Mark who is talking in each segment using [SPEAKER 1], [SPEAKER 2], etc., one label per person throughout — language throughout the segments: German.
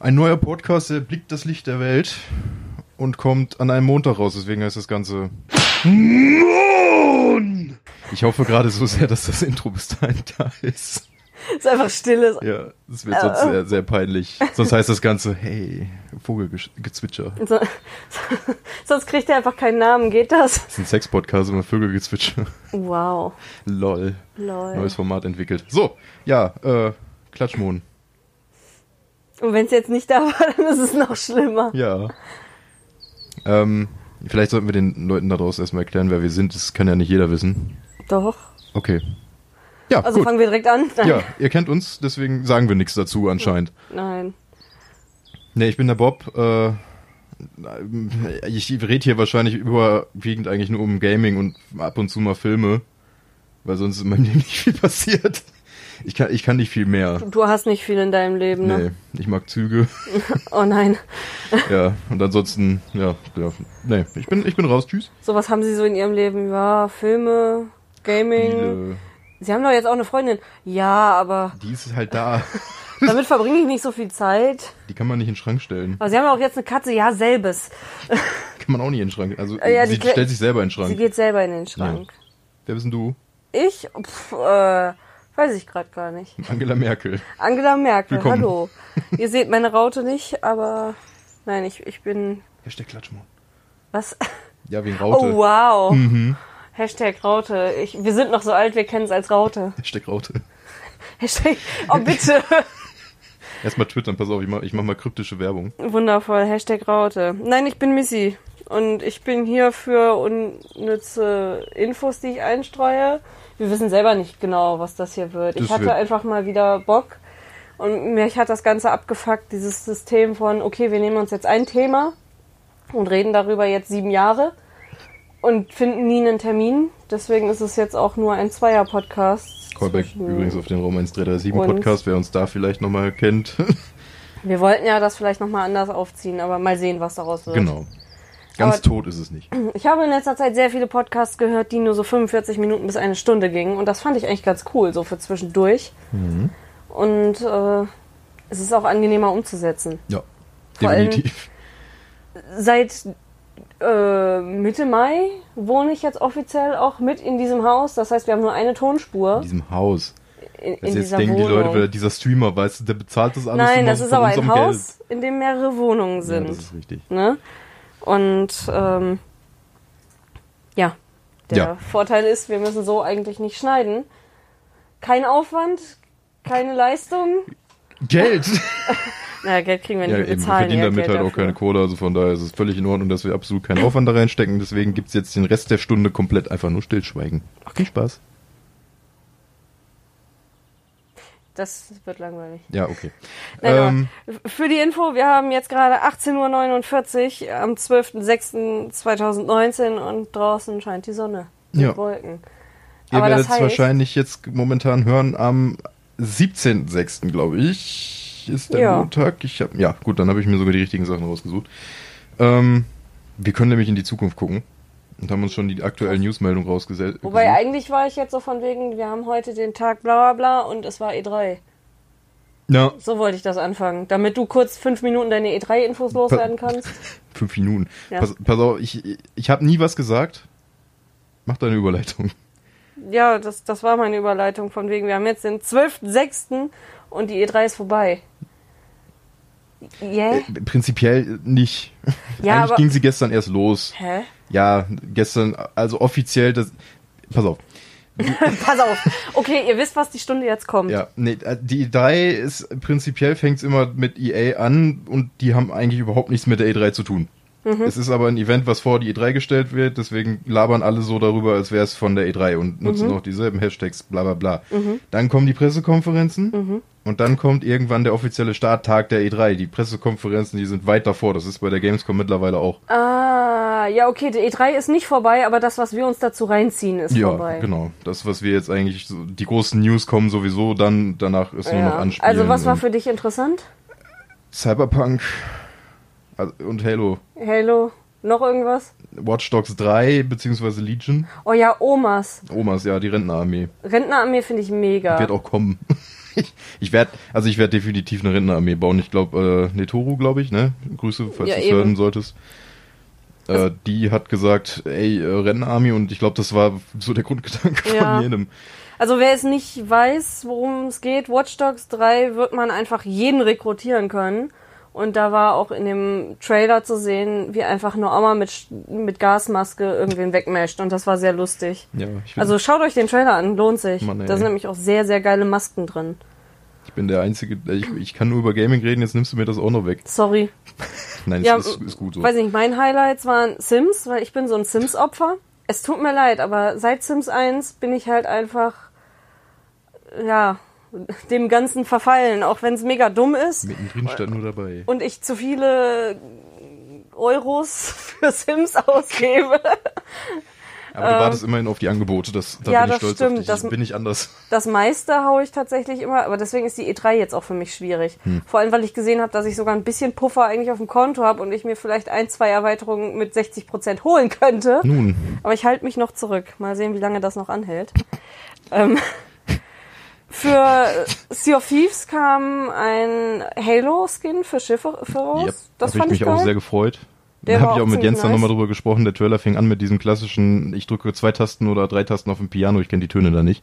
[SPEAKER 1] Ein neuer Podcast der blickt das Licht der Welt und kommt an einem Montag raus, deswegen heißt das Ganze.
[SPEAKER 2] Moon!
[SPEAKER 1] Ich hoffe gerade so sehr, dass das Intro bis dahin da ist. Oh.
[SPEAKER 3] Ist einfach stilles.
[SPEAKER 1] Ja, das wird sonst sehr, sehr peinlich. Sonst heißt das Ganze, hey, Vogelgezwitscher.
[SPEAKER 3] So, sonst kriegt er einfach keinen Namen. Geht das?
[SPEAKER 1] Das ist ein Sex-Podcast immer Vögelgezwitscher.
[SPEAKER 3] Wow.
[SPEAKER 1] Lol.
[SPEAKER 3] Lol.
[SPEAKER 1] Neues Format entwickelt. So, ja, äh, Klatschmohn.
[SPEAKER 3] Und wenn es jetzt nicht da war, dann ist es noch schlimmer.
[SPEAKER 1] Ja. Ähm, vielleicht sollten wir den Leuten daraus erstmal erklären, wer wir sind. Das kann ja nicht jeder wissen.
[SPEAKER 3] Doch.
[SPEAKER 1] Okay. Ja,
[SPEAKER 3] Also
[SPEAKER 1] gut.
[SPEAKER 3] fangen wir direkt an? Nein.
[SPEAKER 1] Ja, ihr kennt uns, deswegen sagen wir nichts dazu anscheinend.
[SPEAKER 3] Nein.
[SPEAKER 1] Nee, ich bin der Bob. Äh, ich rede hier wahrscheinlich überwiegend eigentlich nur um Gaming und ab und zu mal Filme, weil sonst in meinem Leben nicht viel passiert. Ich kann, ich kann nicht viel mehr.
[SPEAKER 3] Du hast nicht viel in deinem Leben,
[SPEAKER 1] Nee,
[SPEAKER 3] ne?
[SPEAKER 1] ich mag Züge.
[SPEAKER 3] Oh nein.
[SPEAKER 1] Ja, und ansonsten, ja, ja. Nee, ich bin, ich bin raus. Tschüss.
[SPEAKER 3] Sowas haben sie so in ihrem Leben. Ja, Filme, Gaming.
[SPEAKER 1] Spiele.
[SPEAKER 3] Sie haben doch jetzt auch eine Freundin. Ja, aber
[SPEAKER 1] äh, Die ist halt da.
[SPEAKER 3] damit verbringe ich nicht so viel Zeit.
[SPEAKER 1] Die kann man nicht in den Schrank stellen.
[SPEAKER 3] Aber sie haben ja auch jetzt eine Katze. Ja, selbes.
[SPEAKER 1] Kann man auch nicht in den Schrank. Also,
[SPEAKER 3] Äh, ja,
[SPEAKER 1] sie
[SPEAKER 3] die Kle-
[SPEAKER 1] stellt sich selber in den
[SPEAKER 3] Sie
[SPEAKER 1] Schrank.
[SPEAKER 3] geht selber in den Schrank.
[SPEAKER 1] Wer bist denn du?
[SPEAKER 3] Ich? Pff, äh, weiß ich gerade gar nicht.
[SPEAKER 1] Angela Merkel.
[SPEAKER 3] Angela Merkel,
[SPEAKER 1] Willkommen.
[SPEAKER 3] hallo. Ihr seht meine Raute nicht, aber nein, ich, ich bin.
[SPEAKER 1] Hashtag Klatschmond.
[SPEAKER 3] Was?
[SPEAKER 1] Ja, wegen
[SPEAKER 3] Oh
[SPEAKER 1] Raute. Mhm.
[SPEAKER 3] wow. Hashtag Raute. Ich, wir sind noch so alt, wir kennen es als Raute.
[SPEAKER 1] Hashtag Raute.
[SPEAKER 3] Hashtag. Oh bitte.
[SPEAKER 1] Erstmal twittern, pass auf, ich mach, ich mach mal kryptische Werbung.
[SPEAKER 3] Wundervoll, Hashtag Raute. Nein, ich bin Missy. Und ich bin hier für unnütze Infos, die ich einstreue. Wir wissen selber nicht genau, was das hier wird.
[SPEAKER 1] Das
[SPEAKER 3] ich hatte
[SPEAKER 1] wird-
[SPEAKER 3] einfach mal wieder Bock. Und mich hat das Ganze abgefuckt, dieses System von, okay, wir nehmen uns jetzt ein Thema und reden darüber jetzt sieben Jahre und finden nie einen Termin. Deswegen ist es jetzt auch nur ein Zweier-Podcast.
[SPEAKER 1] Callback
[SPEAKER 3] zwischen-
[SPEAKER 1] übrigens auf den Raum 1337
[SPEAKER 3] uns.
[SPEAKER 1] Podcast, wer uns da vielleicht nochmal kennt.
[SPEAKER 3] Wir wollten ja das vielleicht nochmal anders aufziehen, aber mal sehen, was daraus wird.
[SPEAKER 1] genau. Ganz
[SPEAKER 3] Aber-
[SPEAKER 1] tot ist es nicht.
[SPEAKER 3] Ich habe in letzter Zeit sehr viele Podcasts gehört, die nur so 45 Minuten bis eine Stunde gingen. Und das fand ich eigentlich ganz cool, so für zwischendurch.
[SPEAKER 1] Mhm.
[SPEAKER 3] Und äh, es ist auch angenehmer umzusetzen.
[SPEAKER 1] Ja.
[SPEAKER 3] Vor allem-
[SPEAKER 1] Definitiv.
[SPEAKER 3] Seit äh, Mitte Mai wohne ich jetzt offiziell auch mit in diesem Haus. Das heißt, wir haben nur eine
[SPEAKER 1] In
[SPEAKER 3] Tonspur
[SPEAKER 1] diesem Haus.
[SPEAKER 3] in, in
[SPEAKER 1] Also jetzt
[SPEAKER 3] dieser
[SPEAKER 1] denken
[SPEAKER 3] Wohnung.
[SPEAKER 1] die Leute, weil dieser Streamer, weißt du, der bezahlt das alles.
[SPEAKER 3] Nein,
[SPEAKER 1] immer
[SPEAKER 3] das ist
[SPEAKER 1] von
[SPEAKER 3] aber ein
[SPEAKER 1] unserem
[SPEAKER 3] Haus, in dem mehrere Wohnungen
[SPEAKER 1] Geld.
[SPEAKER 3] sind.
[SPEAKER 1] Ja, das ist richtig.
[SPEAKER 3] Ne? Und ähm, ja, der
[SPEAKER 1] Ja.
[SPEAKER 3] Vorteil ist, wir müssen so eigentlich nicht schneiden. Kein Aufwand, keine Leistung.
[SPEAKER 1] Geld!
[SPEAKER 3] Naja, Geld kriegen wir nicht,
[SPEAKER 1] ja,
[SPEAKER 3] wir
[SPEAKER 1] eben, wir
[SPEAKER 3] bezahlen
[SPEAKER 1] verdienen
[SPEAKER 3] ja
[SPEAKER 1] damit
[SPEAKER 3] Geld
[SPEAKER 1] halt auch
[SPEAKER 3] dafür.
[SPEAKER 1] keine Kohle, also von daher ist es völlig in Ordnung, dass wir absolut keinen Aufwand da reinstecken. Deswegen gibt's jetzt den Rest der Stunde komplett einfach nur Stillschweigen. Viel Spaß.
[SPEAKER 3] Das wird langweilig.
[SPEAKER 1] Ja, okay.
[SPEAKER 3] Nein, aber
[SPEAKER 1] ähm,
[SPEAKER 3] f- für die Info, wir haben jetzt gerade 18.49 Uhr am 12.06.2019 und draußen scheint die Sonne. mit
[SPEAKER 1] Ja.
[SPEAKER 3] Wolken.
[SPEAKER 1] Ihr
[SPEAKER 3] Aber
[SPEAKER 1] werdet
[SPEAKER 3] das
[SPEAKER 1] es
[SPEAKER 3] heißt,
[SPEAKER 1] wahrscheinlich jetzt momentan hören am 17.06., glaube ich, ist der
[SPEAKER 3] Ja.
[SPEAKER 1] Montag. Ich hab, ja, gut, dann habe ich mir sogar die richtigen Sachen rausgesucht. Ähm, wir können nämlich in die Zukunft gucken und haben uns schon die aktuellen Newsmeldungen rausgesetzt.
[SPEAKER 3] Wobei eigentlich war ich jetzt so von wegen, wir haben heute den Tag bla bla bla und es war E E3.
[SPEAKER 1] Ja,
[SPEAKER 3] So wollte ich das anfangen, damit du kurz fünf Minuten deine E3-Infos loswerden kannst.
[SPEAKER 1] fünf Minuten.
[SPEAKER 3] Ja.
[SPEAKER 1] Pass, pass auf, ich, ich habe nie was gesagt. Mach deine Überleitung.
[SPEAKER 3] Ja, das, das war meine Überleitung von wegen, wir haben jetzt den 12.06. und die E3 ist vorbei. Yeah?
[SPEAKER 1] Äh, Prinzipiell nicht.
[SPEAKER 3] Ja,
[SPEAKER 1] eigentlich
[SPEAKER 3] aber-
[SPEAKER 1] ging sie gestern erst los.
[SPEAKER 3] Hä?
[SPEAKER 1] Ja, gestern, also offiziell, das. Pass auf.
[SPEAKER 3] Pass auf. Okay, ihr wisst, was die Stunde jetzt kommt.
[SPEAKER 1] Ja, nee, äh, die E3 ist prinzipiell fängt's immer mit EA an und die haben eigentlich überhaupt nichts mit der E3 zu tun.
[SPEAKER 3] Mhm.
[SPEAKER 1] Es ist aber ein Event, was vor die E3 gestellt wird, deswegen labern alle so darüber, als wäre es von der E3 und nutzen
[SPEAKER 3] Mhm.
[SPEAKER 1] auch dieselben Hashtags, bla bla bla. Dann kommen die Pressekonferenzen
[SPEAKER 3] Mhm.
[SPEAKER 1] und dann kommt irgendwann der offizielle Starttag der E3. Die Pressekonferenzen, die sind weit davor, das ist bei der Gamescom mittlerweile auch.
[SPEAKER 3] Ah, ja, okay, die E3 ist nicht vorbei, aber das, was wir uns dazu reinziehen, ist
[SPEAKER 1] ja,
[SPEAKER 3] vorbei.
[SPEAKER 1] genau. Das, was wir jetzt eigentlich, so, die großen News kommen sowieso, dann danach ist nur noch
[SPEAKER 3] Ja.
[SPEAKER 1] Anspielen.
[SPEAKER 3] Also, was war
[SPEAKER 1] und-
[SPEAKER 3] für dich interessant?
[SPEAKER 1] Cyberpunk also- und Halo.
[SPEAKER 3] Halo? Noch irgendwas?
[SPEAKER 1] Watch Dogs 3 beziehungsweise Legion.
[SPEAKER 3] Oh ja, Omas.
[SPEAKER 1] Omas, ja, die Rentenarmee.
[SPEAKER 3] Rentnerarmee finde ich mega.
[SPEAKER 1] Wird auch kommen. ich, ich werde, also ich werde definitiv eine Rindenarmee bauen. Ich glaube, äh, Netoru, glaube ich, ne? Grüße, falls
[SPEAKER 3] Ja,
[SPEAKER 1] du
[SPEAKER 3] eben. Also
[SPEAKER 1] hören solltest. Äh, die hat gesagt, ey, äh, Rennarmee und ich glaube, das war so der Grundgedanke
[SPEAKER 3] Ja.
[SPEAKER 1] von jedem.
[SPEAKER 3] Also wer es nicht weiß, worum es geht, Watch Dogs 3 wird man einfach jeden rekrutieren können. Und da war auch in dem Trailer zu sehen, wie einfach eine Oma mit, Sch- mit Gasmaske irgendwen wegmescht. Und das war sehr lustig.
[SPEAKER 1] Ja, ich bin,
[SPEAKER 3] Also schaut euch den Trailer an, lohnt sich.
[SPEAKER 1] Mann, ey.
[SPEAKER 3] da sind nämlich auch sehr, sehr geile Masken drin.
[SPEAKER 1] ich bin der Einzige, äh, ich, ich kann nur über Gaming reden, jetzt nimmst du mir das auch noch weg.
[SPEAKER 3] Sorry.
[SPEAKER 1] Nein,
[SPEAKER 3] Ja,
[SPEAKER 1] es ist, ist gut so.
[SPEAKER 3] Weiß nicht, mein Highlights waren Sims, weil ich bin so ein Sims-Opfer. Es tut mir leid, aber seit Sims 1 bin ich halt einfach, ja, dem Ganzen verfallen, auch wenn es mega dumm ist
[SPEAKER 1] Mittendrin stand nur dabei.
[SPEAKER 3] und ich zu viele Euros für Sims ausgebe.
[SPEAKER 1] Aber du wartest immerhin auf die Angebote, das, da
[SPEAKER 3] Ähm, ja,
[SPEAKER 1] bin ich
[SPEAKER 3] das
[SPEAKER 1] stolz
[SPEAKER 3] stimmt,
[SPEAKER 1] auf dich.
[SPEAKER 3] das-
[SPEAKER 1] bin ich anders.
[SPEAKER 3] Das meiste haue ich tatsächlich immer, aber deswegen ist die E3 jetzt auch für mich schwierig.
[SPEAKER 1] Hm.
[SPEAKER 3] Vor allem, weil ich gesehen habe, dass ich sogar ein bisschen Puffer eigentlich auf dem Konto habe und ich mir vielleicht ein, zwei Erweiterungen mit 60 Prozent holen könnte.
[SPEAKER 1] Nun,
[SPEAKER 3] Aber ich halte mich noch zurück. Mal sehen, wie lange das noch anhält. ähm, für Sea of Thieves kam ein Halo-Skin für Schiffe für raus.
[SPEAKER 1] yep,
[SPEAKER 3] das
[SPEAKER 1] habe
[SPEAKER 3] fand
[SPEAKER 1] ich
[SPEAKER 3] ich,
[SPEAKER 1] mich
[SPEAKER 3] geil.
[SPEAKER 1] auch sehr gefreut.
[SPEAKER 3] Der
[SPEAKER 1] Da habe
[SPEAKER 3] war
[SPEAKER 1] ich
[SPEAKER 3] auch
[SPEAKER 1] auch mit
[SPEAKER 3] ziemlich
[SPEAKER 1] Jens dann
[SPEAKER 3] nice.
[SPEAKER 1] nochmal drüber gesprochen. Der Trailer fing an mit diesem klassischen, ich drücke zwei Tasten oder drei Tasten auf dem Piano, ich kenne die Töne da nicht.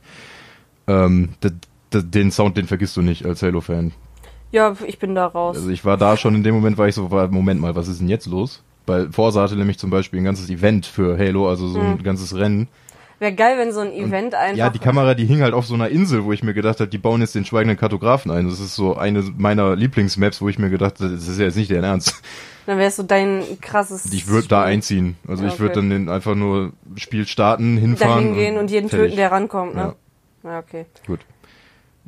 [SPEAKER 1] Ähm, d- d- den Sound, den vergisst du nicht als Halo-Fan.
[SPEAKER 3] ja, ich bin da raus.
[SPEAKER 1] Also ich war da schon in dem Moment, war ich so, war, Moment mal, was ist denn jetzt los? Weil Forza hatte nämlich zum Beispiel ein ganzes Event für Halo, also so
[SPEAKER 3] Hm.
[SPEAKER 1] ein ganzes Rennen.
[SPEAKER 3] Wäre geil, wenn so ein Event einfach.
[SPEAKER 1] Ja, die Kamera, die hing halt auf so einer Insel, wo ich mir gedacht habe, die bauen jetzt den schweigenden Kartografen ein. Das ist so eine meiner Lieblingsmaps, wo ich mir gedacht habe, das ist ja jetzt nicht deren Ernst.
[SPEAKER 3] dann wärst du dein krasses.
[SPEAKER 1] Ich würde da einziehen. Also
[SPEAKER 3] Ja,
[SPEAKER 1] ich würde
[SPEAKER 3] okay.
[SPEAKER 1] dann den einfach nur Spiel starten, hinfahren.
[SPEAKER 3] dahin gehen und jeden
[SPEAKER 1] fertig.
[SPEAKER 3] töten, der rankommt. Ne? Ja. okay.
[SPEAKER 1] Gut.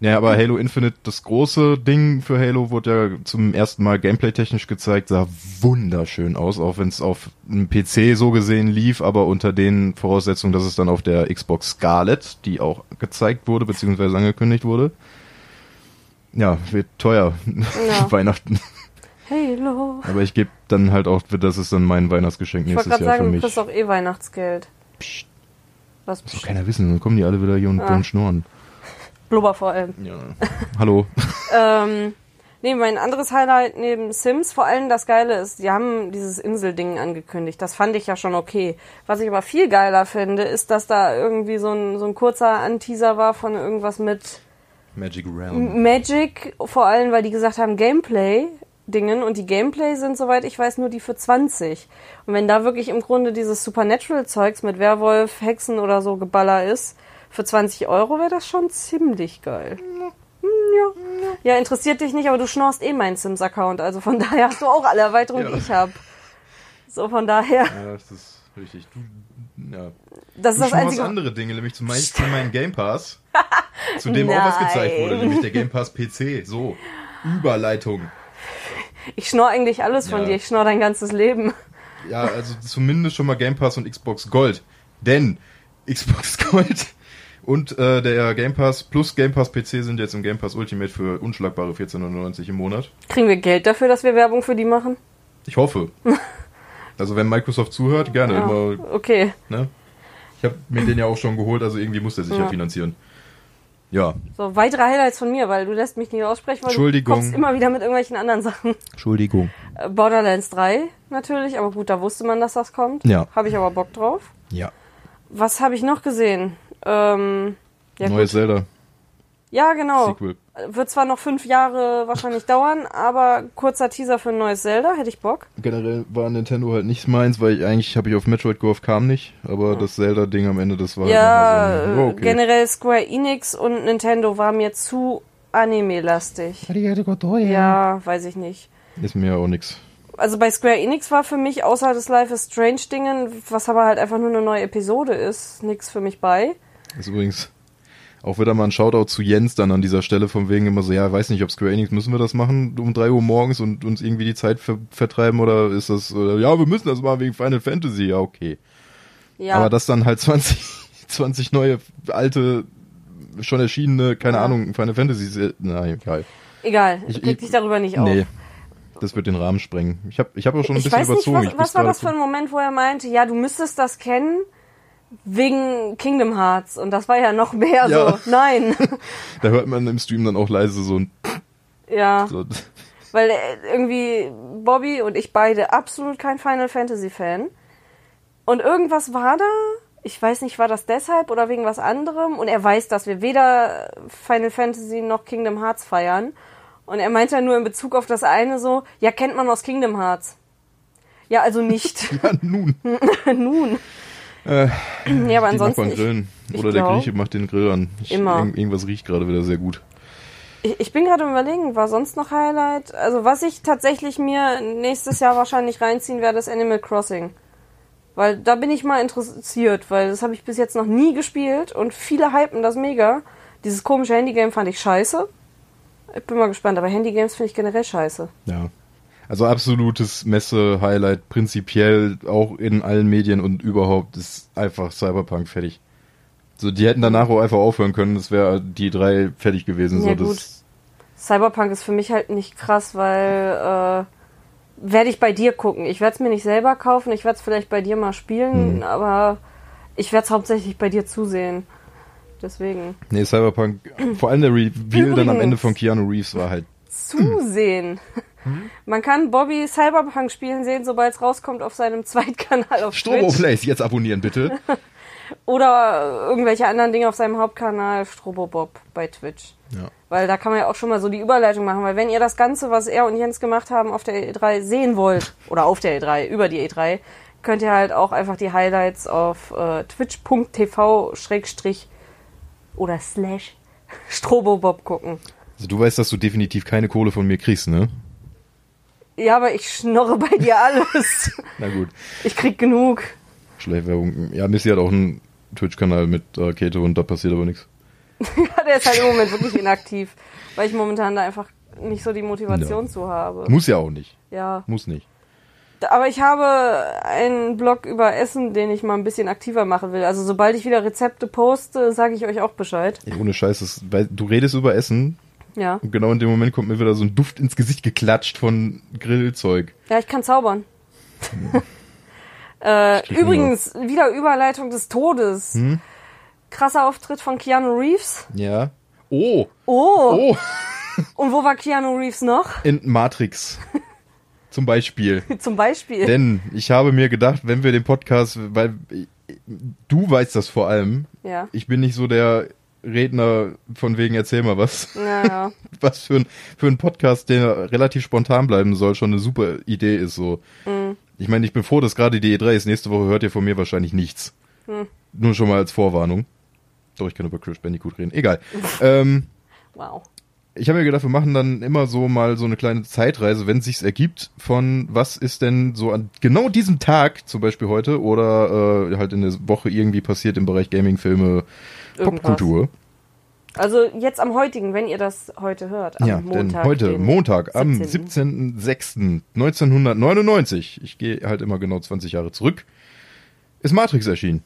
[SPEAKER 1] Ja, aber Halo Infinite, das große Ding für Halo, wurde ja zum ersten Mal gameplay-technisch gezeigt, sah wunderschön aus, auch wenn es auf einem PC so gesehen lief, aber unter den Voraussetzungen, dass es dann auf der Xbox Scarlett, die auch gezeigt wurde, beziehungsweise angekündigt wurde. Ja, wird teuer.
[SPEAKER 3] Ja.
[SPEAKER 1] Weihnachten.
[SPEAKER 3] Halo.
[SPEAKER 1] Aber ich gebe dann halt auch, das ist dann mein Weihnachtsgeschenk
[SPEAKER 3] Ich wollte
[SPEAKER 1] nächstes
[SPEAKER 3] gerade
[SPEAKER 1] Jahr für
[SPEAKER 3] sagen, du
[SPEAKER 1] mich.
[SPEAKER 3] kriegst auch eh Weihnachtsgeld.
[SPEAKER 1] Psst.
[SPEAKER 3] Was?
[SPEAKER 1] Soll keiner wissen, dann kommen die alle wieder hier und ah. schnurren.
[SPEAKER 3] Blubber vor allem.
[SPEAKER 1] Ja. Hallo.
[SPEAKER 3] Ähm, nee, mein anderes Highlight neben Sims, vor allem das Geile ist, die haben dieses Inselding angekündigt. Das fand ich ja schon okay. Was ich aber viel geiler finde, ist, dass da irgendwie so ein, so ein kurzer Anteaser war von irgendwas mit
[SPEAKER 1] Magic Realm.
[SPEAKER 3] Magic, vor allem, weil die gesagt haben, Gameplay-Dingen und die Gameplay sind, soweit ich weiß, nur die für 20. Und wenn da wirklich im Grunde dieses Supernatural-Zeugs mit Werwolf, Hexen oder so Geballer ist, für 20 Euro wäre das schon ziemlich geil. Hm, Ja. ja, interessiert dich nicht, aber du schnorst eh meinen Sims-Account. Also von daher hast du auch alle Erweiterungen, die
[SPEAKER 1] Ja.
[SPEAKER 3] ich habe. So, von daher.
[SPEAKER 1] Ja, das ist richtig. Du, ja.
[SPEAKER 3] Das
[SPEAKER 1] du
[SPEAKER 3] ist das
[SPEAKER 1] schnurrst
[SPEAKER 3] Einzige.
[SPEAKER 1] andere Dinge, nämlich zum Beispiel meinen Game Pass, zu dem auch was
[SPEAKER 3] Nein.
[SPEAKER 1] gezeigt wurde, nämlich der Game Pass PC. So, Überleitung.
[SPEAKER 3] Ich schnor eigentlich alles von
[SPEAKER 1] Ja.
[SPEAKER 3] dir. Ich schnor dein ganzes Leben.
[SPEAKER 1] Ja, also zumindest schon mal Game Pass und Xbox Gold. Denn Xbox Gold und äh, der Game Pass plus Game Pass PC sind jetzt im Game Pass Ultimate für unschlagbare 14,99 im Monat.
[SPEAKER 3] Kriegen wir Geld dafür, dass wir Werbung für die machen?
[SPEAKER 1] Ich hoffe. Also wenn Microsoft zuhört, gerne
[SPEAKER 3] Ja,
[SPEAKER 1] immer.
[SPEAKER 3] Ah, okay.
[SPEAKER 1] Ne? Ich habe mir den ja auch schon geholt, also irgendwie muss der sich ja,
[SPEAKER 3] Ja.
[SPEAKER 1] finanzieren. Ja,
[SPEAKER 3] So, weitere Highlights von mir, weil du lässt mich nicht aussprechen, weil du
[SPEAKER 1] Entschuldigung.
[SPEAKER 3] kommst immer wieder mit irgendwelchen anderen Sachen.
[SPEAKER 1] Entschuldigung.
[SPEAKER 3] Äh, Borderlands 3 natürlich, aber gut, da wusste man, dass das kommt.
[SPEAKER 1] Ja.
[SPEAKER 3] Habe ich aber Bock drauf.
[SPEAKER 1] Ja.
[SPEAKER 3] Was habe ich noch gesehen? Ähm, ja, gut.
[SPEAKER 1] Neues Zelda
[SPEAKER 3] ja, genau.
[SPEAKER 1] Sequel.
[SPEAKER 3] Äh, Wird zwar noch fünf Jahre wahrscheinlich dauern, aber kurzer Teaser für ein neues Zelda, hätte ich Bock.
[SPEAKER 1] Generell war Nintendo halt nicht meins, weil ich eigentlich habe ich auf Metroid gehofft, kam nicht, aber das Zelda Ding am Ende, das war
[SPEAKER 3] ja,
[SPEAKER 1] halt
[SPEAKER 3] äh,
[SPEAKER 1] nochmal so, oh, okay.
[SPEAKER 3] generell Square Enix und Nintendo waren mir zu anime-lastig. Ja, weiß ich nicht.
[SPEAKER 1] ist mir ja auch nix.
[SPEAKER 3] also bei Square Enix war für mich außer des Life is Strange Dingen, was aber halt einfach nur eine neue Episode ist, nichts für mich bei.
[SPEAKER 1] Ist übrigens auch wieder mal ein Shoutout zu Jens dann an dieser Stelle, von wegen immer so, ja, weiß nicht, ob Square Enix, müssen wir das machen um 3 Uhr morgens und uns irgendwie die Zeit ver vertreiben oder ist das, oder, ja, wir müssen das machen wegen Final Fantasy, ja, okay.
[SPEAKER 3] Ja,
[SPEAKER 1] Aber dass dann halt 20, 20 neue, alte, schon erschienene, keine
[SPEAKER 3] Ja.
[SPEAKER 1] Ahnung, Final Fantasy, na, egal.
[SPEAKER 3] egal,
[SPEAKER 1] Ich-
[SPEAKER 3] reg
[SPEAKER 1] ich-
[SPEAKER 3] dich darüber nicht auf.
[SPEAKER 1] Nee, das wird den Rahmen sprengen. Ich habe ich hab auch schon ein
[SPEAKER 3] ich
[SPEAKER 1] bisschen
[SPEAKER 3] weiß nicht,
[SPEAKER 1] überzogen.
[SPEAKER 3] was,
[SPEAKER 1] ich muss
[SPEAKER 3] was war
[SPEAKER 1] gerade
[SPEAKER 3] das für ein Moment, wo er meinte, ja, du müsstest das kennen, wegen Kingdom Hearts und das war ja noch mehr
[SPEAKER 1] Ja.
[SPEAKER 3] so. Nein.
[SPEAKER 1] Da hört man im Stream dann auch leise so ein.
[SPEAKER 3] ja,
[SPEAKER 1] So.
[SPEAKER 3] weil äh, irgendwie Bobby und ich beide absolut kein Final Fantasy Fan. Und irgendwas war da, ich weiß nicht, war das deshalb oder wegen was anderem und er weiß, dass wir weder Final Fantasy noch Kingdom Hearts feiern. Und er meinte ja nur in Bezug auf das eine so, ja, kennt man aus Kingdom Hearts. Ja, also nicht.
[SPEAKER 1] Ja, nun.
[SPEAKER 3] Nun. ja, aber
[SPEAKER 1] Die
[SPEAKER 3] ansonsten.
[SPEAKER 1] Nachbarn
[SPEAKER 3] ich-
[SPEAKER 1] grillen.
[SPEAKER 3] ich
[SPEAKER 1] Oder der
[SPEAKER 3] glaub-
[SPEAKER 1] Grieche macht den Grill an. Ich,
[SPEAKER 3] Immer.
[SPEAKER 1] irgend- Irgendwas riecht gerade wieder sehr gut.
[SPEAKER 3] Ich, ich bin gerade am überlegen, war sonst noch Highlight? Also was ich tatsächlich mir nächstes Jahr wahrscheinlich reinziehen werde, ist Animal Crossing. Weil da bin ich mal interessiert, weil das habe ich bis jetzt noch nie gespielt und viele hypen das mega. Dieses komische Handygame fand ich scheiße. Ich bin mal gespannt, aber Handygames finde ich generell scheiße.
[SPEAKER 1] Ja. Also absolutes Messe-Highlight prinzipiell auch in allen Medien und überhaupt ist einfach Cyberpunk fertig. So, die hätten danach auch einfach aufhören können, das wäre die drei fertig gewesen.
[SPEAKER 3] Ja,
[SPEAKER 1] so,
[SPEAKER 3] gut.
[SPEAKER 1] das,
[SPEAKER 3] Cyberpunk ist für mich halt nicht krass, weil äh, werde ich bei dir gucken. Ich werde es mir nicht selber kaufen, ich werde es vielleicht bei dir mal spielen, aber ich werde es hauptsächlich bei dir zusehen. Deswegen.
[SPEAKER 1] nee, Cyberpunk, vor allem der
[SPEAKER 3] Hm,
[SPEAKER 1] Reveal dann am
[SPEAKER 3] Übrigens.
[SPEAKER 1] Ende von Keanu Reeves war halt.
[SPEAKER 3] zusehen. Man kann Bobby Cyberpunk spielen sehen, sobald es rauskommt auf seinem Zweitkanal auf
[SPEAKER 1] Strobo
[SPEAKER 3] Twitch.
[SPEAKER 1] Plays, jetzt abonnieren bitte.
[SPEAKER 3] Oder äh, irgendwelche anderen Dinge auf seinem Hauptkanal Strobobob bei Twitch.
[SPEAKER 1] Ja.
[SPEAKER 3] Weil da kann man ja auch schon mal so die Überleitung machen, weil wenn ihr das Ganze, was er und Jens gemacht haben, auf der E3 sehen wollt, oder auf der E3, über die E3, könnt ihr halt auch einfach die Highlights auf äh, twitch.tv schrägstrich oder slash Strobobob gucken.
[SPEAKER 1] Also du weißt, dass du definitiv keine Kohle von mir kriegst, ne?
[SPEAKER 3] Ja, aber ich schnorre bei dir alles.
[SPEAKER 1] Na gut.
[SPEAKER 3] Ich krieg genug.
[SPEAKER 1] Schleichwerbung. Ja, Missy hat auch einen Twitch-Kanal mit äh, Kete und da passiert aber nichts.
[SPEAKER 3] Ja, der ist halt im Moment wirklich inaktiv, weil ich momentan da einfach nicht so die Motivation
[SPEAKER 1] Ja.
[SPEAKER 3] zu habe.
[SPEAKER 1] Muss ja auch nicht.
[SPEAKER 3] Ja.
[SPEAKER 1] Muss nicht.
[SPEAKER 3] Aber ich habe einen Blog über Essen, den ich mal ein bisschen aktiver machen will. Also sobald ich wieder Rezepte poste, sage ich euch auch Bescheid.
[SPEAKER 1] Ey, ohne Scheiß, das, weil du redest über Essen
[SPEAKER 3] Ja.
[SPEAKER 1] und genau in dem Moment kommt mir wieder so ein Duft ins Gesicht geklatscht von Grillzeug.
[SPEAKER 3] Ja, ich kann zaubern. äh,
[SPEAKER 1] krieg
[SPEAKER 3] übrigens, wieder Überleitung des Todes. Krasser Auftritt von Keanu Reeves.
[SPEAKER 1] Ja. Oh,
[SPEAKER 3] Oh.
[SPEAKER 1] oh,
[SPEAKER 3] Und wo war Keanu Reeves noch?
[SPEAKER 1] in Matrix. Zum Beispiel.
[SPEAKER 3] Zum Beispiel.
[SPEAKER 1] Denn ich habe mir gedacht, wenn wir den Podcast, weil äh, du weißt das vor allem,
[SPEAKER 3] ja.
[SPEAKER 1] ich bin nicht so der Redner von wegen erzähl mal was.
[SPEAKER 3] Ja, ja.
[SPEAKER 1] was für ein, für ein Podcast, der relativ spontan bleiben soll, schon eine super Idee ist. So. Ich meine, ich bin froh, dass gerade die E3 ist. Nächste Woche hört ihr von mir wahrscheinlich nichts. Nur schon mal als Vorwarnung. Doch, ich kann über Crash Bandicoot reden. Egal. ähm,
[SPEAKER 3] Wow.
[SPEAKER 1] ich habe mir gedacht, wir machen dann immer so mal so eine kleine Zeitreise, wenn es sich ergibt, von was ist denn so an genau diesem Tag, zum Beispiel heute, oder äh, halt in der Woche irgendwie passiert im Bereich Gaming, Filme,
[SPEAKER 3] Irgendwas.
[SPEAKER 1] Popkultur.
[SPEAKER 3] Also jetzt am heutigen, wenn ihr das heute hört, am
[SPEAKER 1] ja,
[SPEAKER 3] Montag.
[SPEAKER 1] denn heute,
[SPEAKER 3] den
[SPEAKER 1] Montag, am
[SPEAKER 3] 17..
[SPEAKER 1] 17.06.1999, ich gehe halt immer genau 20 Jahre zurück, ist Matrix erschienen.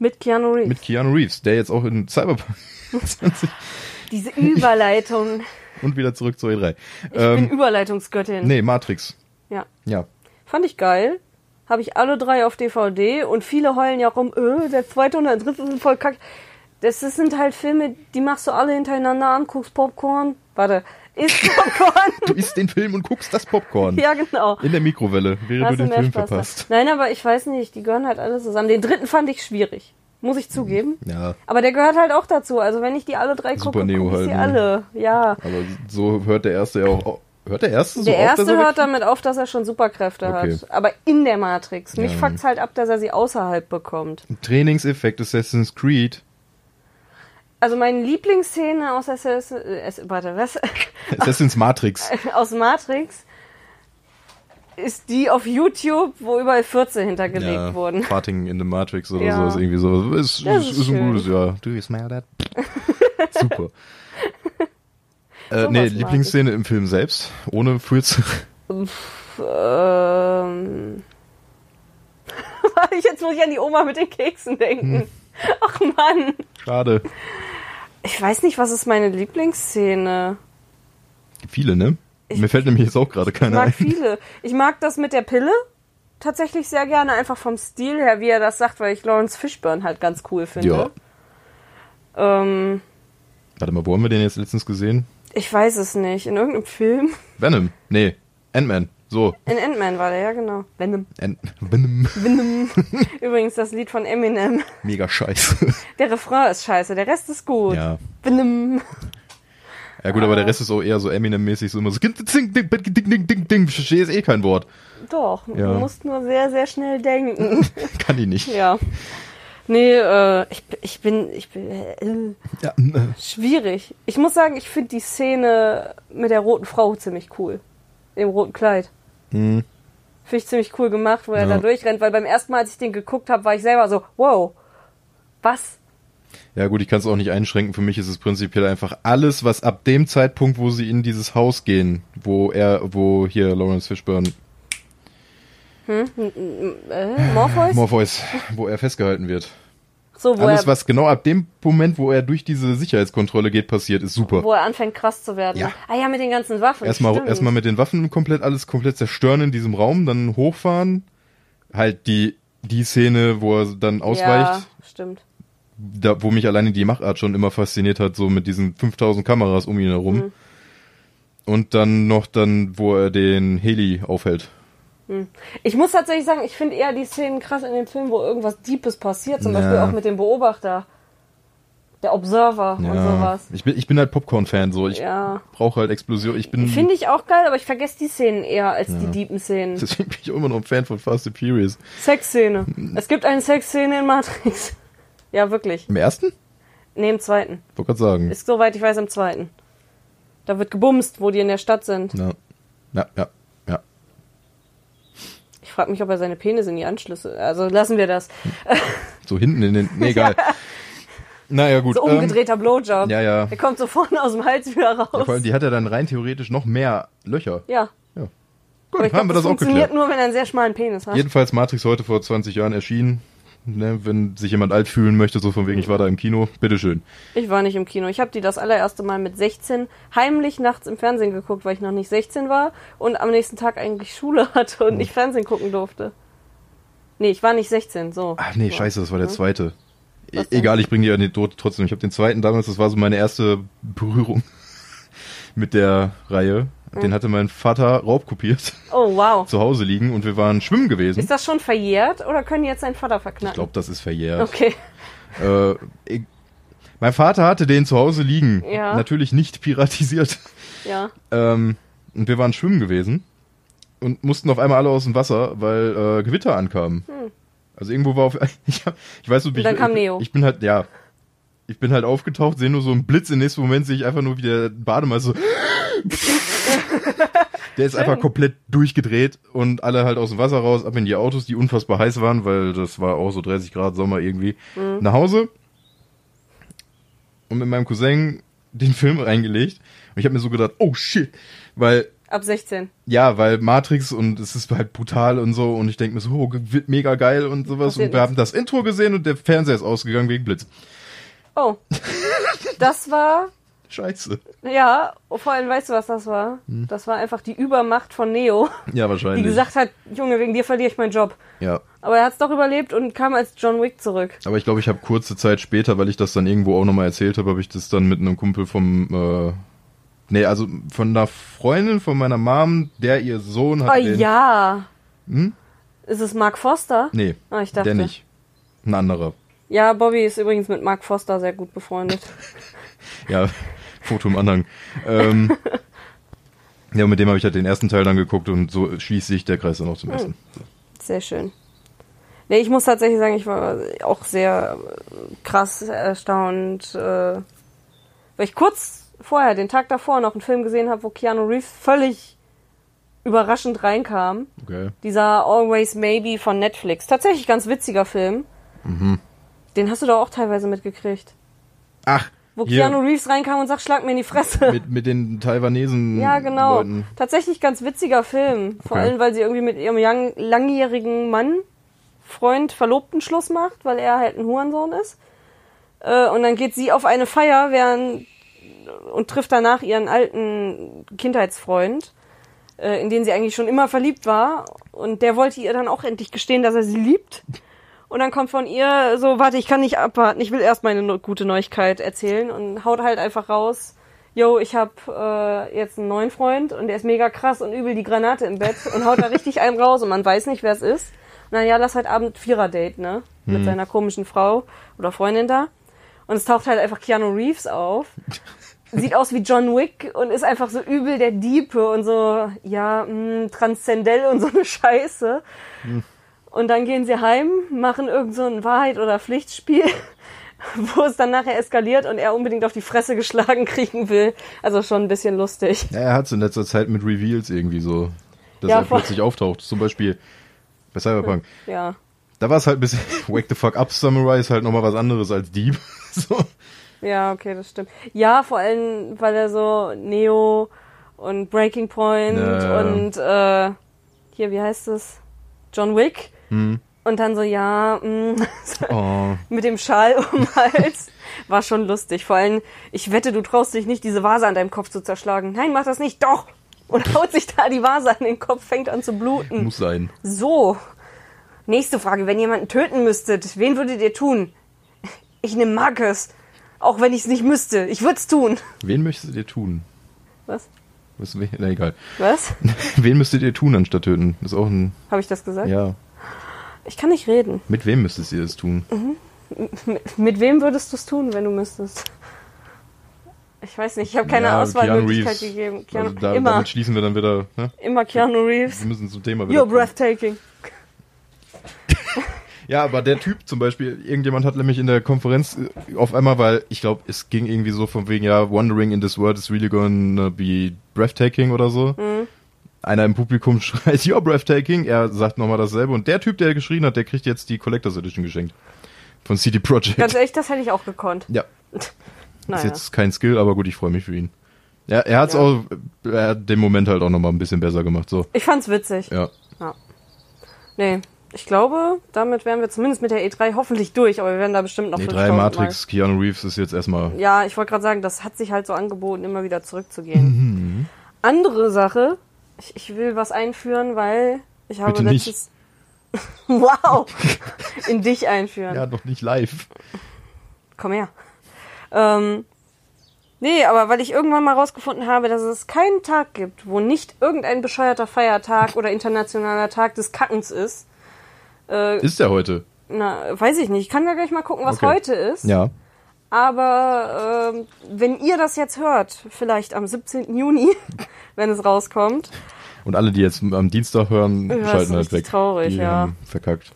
[SPEAKER 3] Mit Keanu Reeves.
[SPEAKER 1] Mit Keanu Reeves, der jetzt auch in Cyberpunk 20
[SPEAKER 3] Diese Überleitung.
[SPEAKER 1] und wieder zurück zur E3.
[SPEAKER 3] Ich bin
[SPEAKER 1] Ähm,
[SPEAKER 3] Überleitungsgöttin.
[SPEAKER 1] nee, Matrix.
[SPEAKER 3] Ja.
[SPEAKER 1] Ja.
[SPEAKER 3] Fand ich geil. Habe ich alle drei auf DVD und viele heulen ja auch rum, öh, der zweite und der dritte sind voll kacke. Das, das sind halt Filme, die machst du alle hintereinander an, guckst Popcorn. Warte, isst Popcorn?
[SPEAKER 1] Du isst den Film und guckst das Popcorn.
[SPEAKER 3] ja, genau.
[SPEAKER 1] In der Mikrowelle, während
[SPEAKER 3] Hast
[SPEAKER 1] du
[SPEAKER 3] du
[SPEAKER 1] den
[SPEAKER 3] mehr
[SPEAKER 1] Film
[SPEAKER 3] Spaß. da.
[SPEAKER 1] verpasst.
[SPEAKER 3] Nein, aber ich weiß nicht, die gehören halt alle zusammen. Den dritten fand ich schwierig. Muss ich zugeben.
[SPEAKER 1] Ja,
[SPEAKER 3] Aber der gehört halt auch dazu. Also wenn ich die alle drei
[SPEAKER 1] Super
[SPEAKER 3] gucke,
[SPEAKER 1] Neo
[SPEAKER 3] gucke ich sie
[SPEAKER 1] halt, ne?
[SPEAKER 3] alle. Ja.
[SPEAKER 1] aber so hört der erste ja auch. au- Hört der erste so
[SPEAKER 3] der
[SPEAKER 1] auf, dass
[SPEAKER 3] erste
[SPEAKER 1] er
[SPEAKER 3] hört
[SPEAKER 1] weg-
[SPEAKER 3] damit auf, dass er schon Superkräfte
[SPEAKER 1] Okay.
[SPEAKER 3] hat. Aber in der Matrix. Mich
[SPEAKER 1] Ja.
[SPEAKER 3] fuckt's halt ab, dass er sie außerhalb bekommt.
[SPEAKER 1] Trainingseffekt Assassin's Creed.
[SPEAKER 3] Also meine Lieblingsszene aus Assassin, äh, Ass- warte, was?
[SPEAKER 1] Assassin's Matrix.
[SPEAKER 3] aus Matrix ist die auf YouTube, wo überall Fürze hintergelegt wurden.
[SPEAKER 1] Farting in the Matrix oder
[SPEAKER 3] Ja.
[SPEAKER 1] sowas, irgendwie sowas. Ist,
[SPEAKER 3] Das
[SPEAKER 1] ist,
[SPEAKER 3] ist
[SPEAKER 1] ist ein
[SPEAKER 3] schön.
[SPEAKER 1] gutes Jahr. Do you smell that? Super. Äh,
[SPEAKER 3] Sowas
[SPEAKER 1] nee,
[SPEAKER 3] mag ich.
[SPEAKER 1] Lieblingsszene im Film selbst, ohne Fürze.
[SPEAKER 3] Pff, ähm. Warte, Jetzt muss ich an die Oma mit den Keksen denken.
[SPEAKER 1] Hm.
[SPEAKER 3] Ach Mann.
[SPEAKER 1] Schade.
[SPEAKER 3] Ich weiß nicht, was ist meine Lieblingsszene.
[SPEAKER 1] Gibt Viele, ne? Mir fällt nämlich jetzt auch gerade
[SPEAKER 3] Ich
[SPEAKER 1] keiner
[SPEAKER 3] mag
[SPEAKER 1] ein.
[SPEAKER 3] viele. Ich mag das mit der Pille. tatsächlich sehr gerne, einfach vom Stil her, wie er das sagt, weil ich Lawrence Fishburne halt ganz cool finde. Ja. Ähm,
[SPEAKER 1] Warte mal, wo haben wir den jetzt letztens gesehen?
[SPEAKER 3] ich weiß es nicht. In irgendeinem Film?
[SPEAKER 1] Venom. Nee, Ant-Man. So.
[SPEAKER 3] In Ant-Man war der, ja genau. Venom.
[SPEAKER 1] Ant Venom.
[SPEAKER 3] Venom. Übrigens das Lied von Eminem.
[SPEAKER 1] Mega scheiße.
[SPEAKER 3] Der Refrain ist scheiße, der Rest ist gut.
[SPEAKER 1] Ja.
[SPEAKER 3] Venom.
[SPEAKER 1] Ja gut, aber der Rest ist auch eher so Eminem-mäßig, so immer so ding, ding, ding, ding, ding, ding. Verstehe ist eh kein Wort.
[SPEAKER 3] Doch,
[SPEAKER 1] Ja.
[SPEAKER 3] du musst nur sehr, sehr schnell denken.
[SPEAKER 1] Kann ich nicht.
[SPEAKER 3] ja. Nee, äh, ich, ich bin, ich bin, äh,
[SPEAKER 1] Ja, äh,
[SPEAKER 3] schwierig. Ich muss sagen, ich finde die Szene mit der roten Frau ziemlich cool. Im roten Kleid.
[SPEAKER 1] hm.
[SPEAKER 3] Finde ich ziemlich cool gemacht, wo er
[SPEAKER 1] Ja.
[SPEAKER 3] da durchrennt, weil beim ersten Mal, als ich den geguckt habe, war ich selber so, wow, was?
[SPEAKER 1] Ja gut, ich kann es auch nicht einschränken. Für mich ist es prinzipiell einfach alles, was ab dem Zeitpunkt, wo sie in dieses Haus gehen, wo er, wo hier Lawrence Fishburne,
[SPEAKER 3] Äh, Morpheus?
[SPEAKER 1] Morpheus, wo er festgehalten wird.
[SPEAKER 3] so, wo
[SPEAKER 1] Alles,
[SPEAKER 3] er,
[SPEAKER 1] was genau ab dem Moment, wo er durch diese Sicherheitskontrolle geht, passiert, ist super.
[SPEAKER 3] wo er anfängt krass zu werden.
[SPEAKER 1] Ja.
[SPEAKER 3] Ah ja, mit den ganzen Waffen.
[SPEAKER 1] Erstmal,
[SPEAKER 3] stimmt.
[SPEAKER 1] erstmal mit den Waffen komplett alles komplett zerstören in diesem Raum, dann hochfahren. Halt die, die Szene, wo er dann
[SPEAKER 3] Ja,
[SPEAKER 1] ausweicht,
[SPEAKER 3] stimmt.
[SPEAKER 1] da, wo mich alleine die Machart schon immer fasziniert hat, so mit diesen 5000 Kameras um ihn herum.
[SPEAKER 3] Mhm.
[SPEAKER 1] Und dann noch dann, wo er den Heli aufhält.
[SPEAKER 3] Ich muss tatsächlich sagen, ich finde eher die Szenen krass in dem Film, wo irgendwas Deepes passiert. Zum
[SPEAKER 1] Ja.
[SPEAKER 3] Beispiel auch mit dem Beobachter. Der Observer und sowas.
[SPEAKER 1] Ich bin, ich bin halt Popcorn-Fan, so. Ich
[SPEAKER 3] Ja.
[SPEAKER 1] brauche halt Explosion. Ich bin,
[SPEAKER 3] Finde ich auch geil, aber ich vergesse die Szenen eher als die Deepen-Szenen.
[SPEAKER 1] deswegen bin ich auch immer noch ein Fan von Fast and Furious.
[SPEAKER 3] Sexszene. Es gibt eine Sexszene in Matrix. Ja, wirklich.
[SPEAKER 1] Im ersten?
[SPEAKER 3] Nee, im zweiten.
[SPEAKER 1] Wollte gerade sagen.
[SPEAKER 3] Ist soweit ich weiß im zweiten. Da wird gebumst, wo die in der Stadt sind.
[SPEAKER 1] ja. Ja, ja, ja.
[SPEAKER 3] Ich frage mich, ob er seine Penis in die Anschlüsse. Also lassen wir das.
[SPEAKER 1] So hinten in den, nee, egal. Naja, gut.
[SPEAKER 3] So
[SPEAKER 1] ähm,
[SPEAKER 3] umgedrehter Blowjob.
[SPEAKER 1] ja, ja.
[SPEAKER 3] Der kommt so vorne aus dem Hals wieder
[SPEAKER 1] ja, vor
[SPEAKER 3] raus.
[SPEAKER 1] allem, die hat ja dann rein theoretisch noch mehr Löcher.
[SPEAKER 3] Ja.
[SPEAKER 1] Ja.
[SPEAKER 3] Aber
[SPEAKER 1] Gut,
[SPEAKER 3] ich glaub,
[SPEAKER 1] haben wir das auch
[SPEAKER 3] funktioniert
[SPEAKER 1] geklärt.
[SPEAKER 3] nur, wenn er einen sehr schmalen Penis hat.
[SPEAKER 1] Jedenfalls Matrix heute vor 20 Jahren erschienen. Ne, wenn sich jemand alt fühlen möchte, so von wegen, ich war da im Kino, bitteschön.
[SPEAKER 3] Ich war nicht im Kino. Ich habe die das allererste Mal mit 16 heimlich nachts im Fernsehen geguckt, weil ich noch nicht 16 war und am nächsten Tag eigentlich Schule hatte und nicht Fernsehen gucken durfte. Nee, ich war nicht 16, so.
[SPEAKER 1] Ach nee, scheiße, das war der zweite. E
[SPEAKER 3] Was denn?
[SPEAKER 1] egal, ich bringe die Anekdote trotzdem. Ich habe den zweiten damals, das war so meine erste Berührung mit der Reihe. Den hatte mein Vater raubkopiert,
[SPEAKER 3] Oh, wow.
[SPEAKER 1] zu Hause liegen und wir waren schwimmen gewesen.
[SPEAKER 3] Ist das schon verjährt oder können die jetzt seinen Vater
[SPEAKER 1] Ich
[SPEAKER 3] verknacken?
[SPEAKER 1] glaube, das ist verjährt.
[SPEAKER 3] Okay.
[SPEAKER 1] Äh, ich, mein Vater hatte den zu Hause liegen.
[SPEAKER 3] Ja.
[SPEAKER 1] Natürlich nicht piratisiert.
[SPEAKER 3] Ja.
[SPEAKER 1] Ähm, und wir waren schwimmen gewesen und mussten auf einmal alle aus dem Wasser, weil äh, Gewitter ankamen. Also irgendwo war auf. Ich, hab, ich weiß nicht, wie
[SPEAKER 3] Hm. dann
[SPEAKER 1] ich,
[SPEAKER 3] kam
[SPEAKER 1] ich,
[SPEAKER 3] Neo.
[SPEAKER 1] ich bin halt, ja. Ich bin halt aufgetaucht, sehe nur so einen Blitz. Im nächsten Moment sehe ich einfach nur, wie der Bademeister so. der ist einfach komplett durchgedreht und alle halt aus dem Wasser raus, ab in die Autos, die unfassbar heiß waren, weil das war auch so 30 Grad Sommer irgendwie.
[SPEAKER 3] Hm.
[SPEAKER 1] Nach Hause und mit meinem Cousin den Film reingelegt. Und ich habe mir so gedacht, oh shit, weil
[SPEAKER 3] Ab 16.
[SPEAKER 1] ja, weil Matrix und es ist halt brutal und so und ich denke mir so, oh, wird mega geil und sowas.
[SPEAKER 3] Passiert
[SPEAKER 1] Und wir haben das Intro gesehen und der Fernseher ist ausgegangen wegen Blitz.
[SPEAKER 3] Oh. Das war,
[SPEAKER 1] Scheiße.
[SPEAKER 3] ja, vor allem weißt du, was das war?
[SPEAKER 1] Hm.
[SPEAKER 3] Das war einfach die Übermacht von Neo,
[SPEAKER 1] Ja,
[SPEAKER 3] die
[SPEAKER 1] wahrscheinlich.
[SPEAKER 3] gesagt hat, Junge, wegen dir verliere ich meinen Job.
[SPEAKER 1] ja.
[SPEAKER 3] Aber er hat es doch überlebt und kam als John Wick zurück.
[SPEAKER 1] Aber ich glaube, ich habe kurze Zeit später, weil ich das dann irgendwo auch nochmal erzählt habe, habe ich das dann mit einem Kumpel vom, äh, nee, also von einer Freundin von meiner Mom, der ihr Sohn hat.
[SPEAKER 3] Oh
[SPEAKER 1] den,
[SPEAKER 3] ja. Ist es Mark
[SPEAKER 1] Hm?
[SPEAKER 3] Foster?
[SPEAKER 1] Nee,
[SPEAKER 3] Ah, ich dachte.
[SPEAKER 1] der nicht. Ein anderer.
[SPEAKER 3] Ja, Bobby ist übrigens mit Mark Foster sehr gut befreundet.
[SPEAKER 1] Ja, Foto im Anhang. Ähm, ja, mit dem habe ich halt den ersten Teil dann geguckt und so schließt sich der Kreis dann auch zum Essen.
[SPEAKER 3] Sehr schön. Nee, ich muss tatsächlich sagen, ich war auch sehr äh, krass erstaunt, äh, weil ich kurz vorher, den Tag davor, noch einen Film gesehen habe, wo Keanu Reeves völlig überraschend reinkam.
[SPEAKER 1] Okay.
[SPEAKER 3] Dieser Always Maybe von Netflix. Tatsächlich ganz witziger Film.
[SPEAKER 1] Mhm.
[SPEAKER 3] Den hast du doch auch teilweise mitgekriegt.
[SPEAKER 1] Ach,
[SPEAKER 3] Wo
[SPEAKER 1] hier,
[SPEAKER 3] Keanu Reeves reinkam und sagt, schlag mir in die Fresse.
[SPEAKER 1] mit, mit den Taiwanesen.
[SPEAKER 3] Ja, genau.
[SPEAKER 1] Leuten.
[SPEAKER 3] Tatsächlich ganz witziger Film. Vor
[SPEAKER 1] Okay.
[SPEAKER 3] allem, weil sie irgendwie mit ihrem young, langjährigen Mann, Freund, Verlobten Schluss macht, weil er halt ein Hurensohn ist. Äh, und dann geht sie auf eine Feier während, und trifft danach ihren alten Kindheitsfreund, äh, in den sie eigentlich schon immer verliebt war. Und der wollte ihr dann auch endlich gestehen, dass er sie liebt. Und dann kommt von ihr so, warte, ich kann nicht abwarten, ich will erst meine ne gute Neuigkeit erzählen und haut halt einfach raus, yo, ich habe äh, jetzt einen neuen Freund und der ist mega krass und übel die Granate im Bett und haut da richtig einen raus und man weiß nicht, wer es ist. Und dann ja, das halt Abend Vierer-Date, ne? Mit
[SPEAKER 1] Mhm.
[SPEAKER 3] seiner komischen Frau oder Freundin da. Und es taucht halt einfach Keanu Reeves auf. Sieht aus wie John Wick und ist einfach so übel der Diepe und so, ja, mh, transzendell und so eine Scheiße. Und dann gehen sie heim, machen irgend so ein Wahrheit- oder Pflichtspiel, wo es dann nachher eskaliert und er unbedingt auf die Fresse geschlagen kriegen will. Also schon ein bisschen lustig.
[SPEAKER 1] Ja, er hat es in letzter Zeit mit Reveals irgendwie so, dass
[SPEAKER 3] Ja,
[SPEAKER 1] er
[SPEAKER 3] voll.
[SPEAKER 1] plötzlich auftaucht. Zum Beispiel bei Cyberpunk.
[SPEAKER 3] Ja.
[SPEAKER 1] Da war es halt ein bisschen Wake the Fuck Up Samurai ist halt nochmal was anderes als Dieb. So.
[SPEAKER 3] Ja, okay, das stimmt. Ja, vor allem, weil er so Neo und Breaking Point
[SPEAKER 1] Ja.
[SPEAKER 3] und äh, hier, wie heißt es? John Wick.
[SPEAKER 1] Hm.
[SPEAKER 3] Und dann so, ja, mm,
[SPEAKER 1] Oh.
[SPEAKER 3] mit dem Schal um den Hals. War schon lustig. Vor allem, ich wette, du traust dich nicht, diese Vase an deinem Kopf zu zerschlagen. Nein, mach das nicht. Doch! Und haut sich da die Vase an den Kopf, fängt an zu bluten.
[SPEAKER 1] Muss sein.
[SPEAKER 3] So. Nächste Frage. Wenn ihr jemanden töten müsstet, wen würdet ihr tun? Ich nehme Marcus. Auch wenn ich es nicht müsste. Ich würde es tun.
[SPEAKER 1] Wen möchtet ihr tun?
[SPEAKER 3] Was?
[SPEAKER 1] Was, we- na egal.
[SPEAKER 3] Was?
[SPEAKER 1] Wen müsstet ihr tun anstatt töten? Ist auch ein.
[SPEAKER 3] Habe ich das gesagt?
[SPEAKER 1] Ja.
[SPEAKER 3] Ich kann nicht reden.
[SPEAKER 1] Mit wem müsstet ihr es tun?
[SPEAKER 3] Mit, mit wem würdest du es tun, wenn du müsstest? Ich weiß nicht. Ich habe keine
[SPEAKER 1] Ja,
[SPEAKER 3] Auswahlmöglichkeit
[SPEAKER 1] Keanu Reeves.
[SPEAKER 3] gegeben. Keanu,
[SPEAKER 1] also da,
[SPEAKER 3] immer,
[SPEAKER 1] Damit schließen wir dann wieder. Ne?
[SPEAKER 3] immer Keanu Reeves.
[SPEAKER 1] Wir müssen zum Thema wieder.
[SPEAKER 3] You're breathtaking.
[SPEAKER 1] Ja, aber der Typ zum Beispiel, irgendjemand hat nämlich in der Konferenz äh, auf einmal, weil ich glaube, es ging irgendwie so von wegen, ja, Wandering in this world is really gonna be breathtaking oder so.
[SPEAKER 3] Mhm.
[SPEAKER 1] Einer im Publikum schreit, you're breathtaking, er sagt nochmal dasselbe und der Typ, der geschrien hat, der kriegt jetzt die Collectors Edition geschenkt. Von CD Projekt.
[SPEAKER 3] Ganz ehrlich, das hätte ich auch gekonnt.
[SPEAKER 1] ja, ist
[SPEAKER 3] Naja.
[SPEAKER 1] jetzt kein Skill, aber gut, ich freue mich für ihn. Ja, er hat's
[SPEAKER 3] Ja.
[SPEAKER 1] auch, er hat den Moment halt auch nochmal ein bisschen besser gemacht, so.
[SPEAKER 3] Ich fand's witzig.
[SPEAKER 1] Ja.
[SPEAKER 3] Nee. Ich glaube, damit wären wir zumindest mit der E3 hoffentlich durch, aber wir werden da bestimmt noch
[SPEAKER 1] Die
[SPEAKER 3] 5000
[SPEAKER 1] E drei
[SPEAKER 3] Mal-
[SPEAKER 1] Matrix, Keanu Reeves ist jetzt erstmal
[SPEAKER 3] Ja, ich wollte gerade sagen, das hat sich halt so angeboten, immer wieder zurückzugehen.
[SPEAKER 1] Mhm.
[SPEAKER 3] Andere Sache, ich, ich will was einführen, weil ich habe
[SPEAKER 1] Bitte nicht.
[SPEAKER 3] letztes. wow! In dich einführen.
[SPEAKER 1] ja noch nicht live.
[SPEAKER 3] Komm her. Ähm, nee, aber weil ich irgendwann mal rausgefunden habe, dass es keinen Tag gibt, wo nicht irgendein bescheuerter Feiertag oder internationaler Tag des Kackens ist. Äh,
[SPEAKER 1] Ist der heute?
[SPEAKER 3] na, weiß ich nicht. Ich kann ja gleich mal gucken, was
[SPEAKER 1] Okay.
[SPEAKER 3] heute ist.
[SPEAKER 1] Ja.
[SPEAKER 3] Aber ähm, wenn ihr das jetzt hört, vielleicht am 17. Juni, wenn es rauskommt,
[SPEAKER 1] Und alle, die jetzt am Dienstag hören,
[SPEAKER 3] Ja, ist
[SPEAKER 1] schalten halt
[SPEAKER 3] richtig
[SPEAKER 1] weg.
[SPEAKER 3] traurig,
[SPEAKER 1] die
[SPEAKER 3] ja.
[SPEAKER 1] haben verkackt.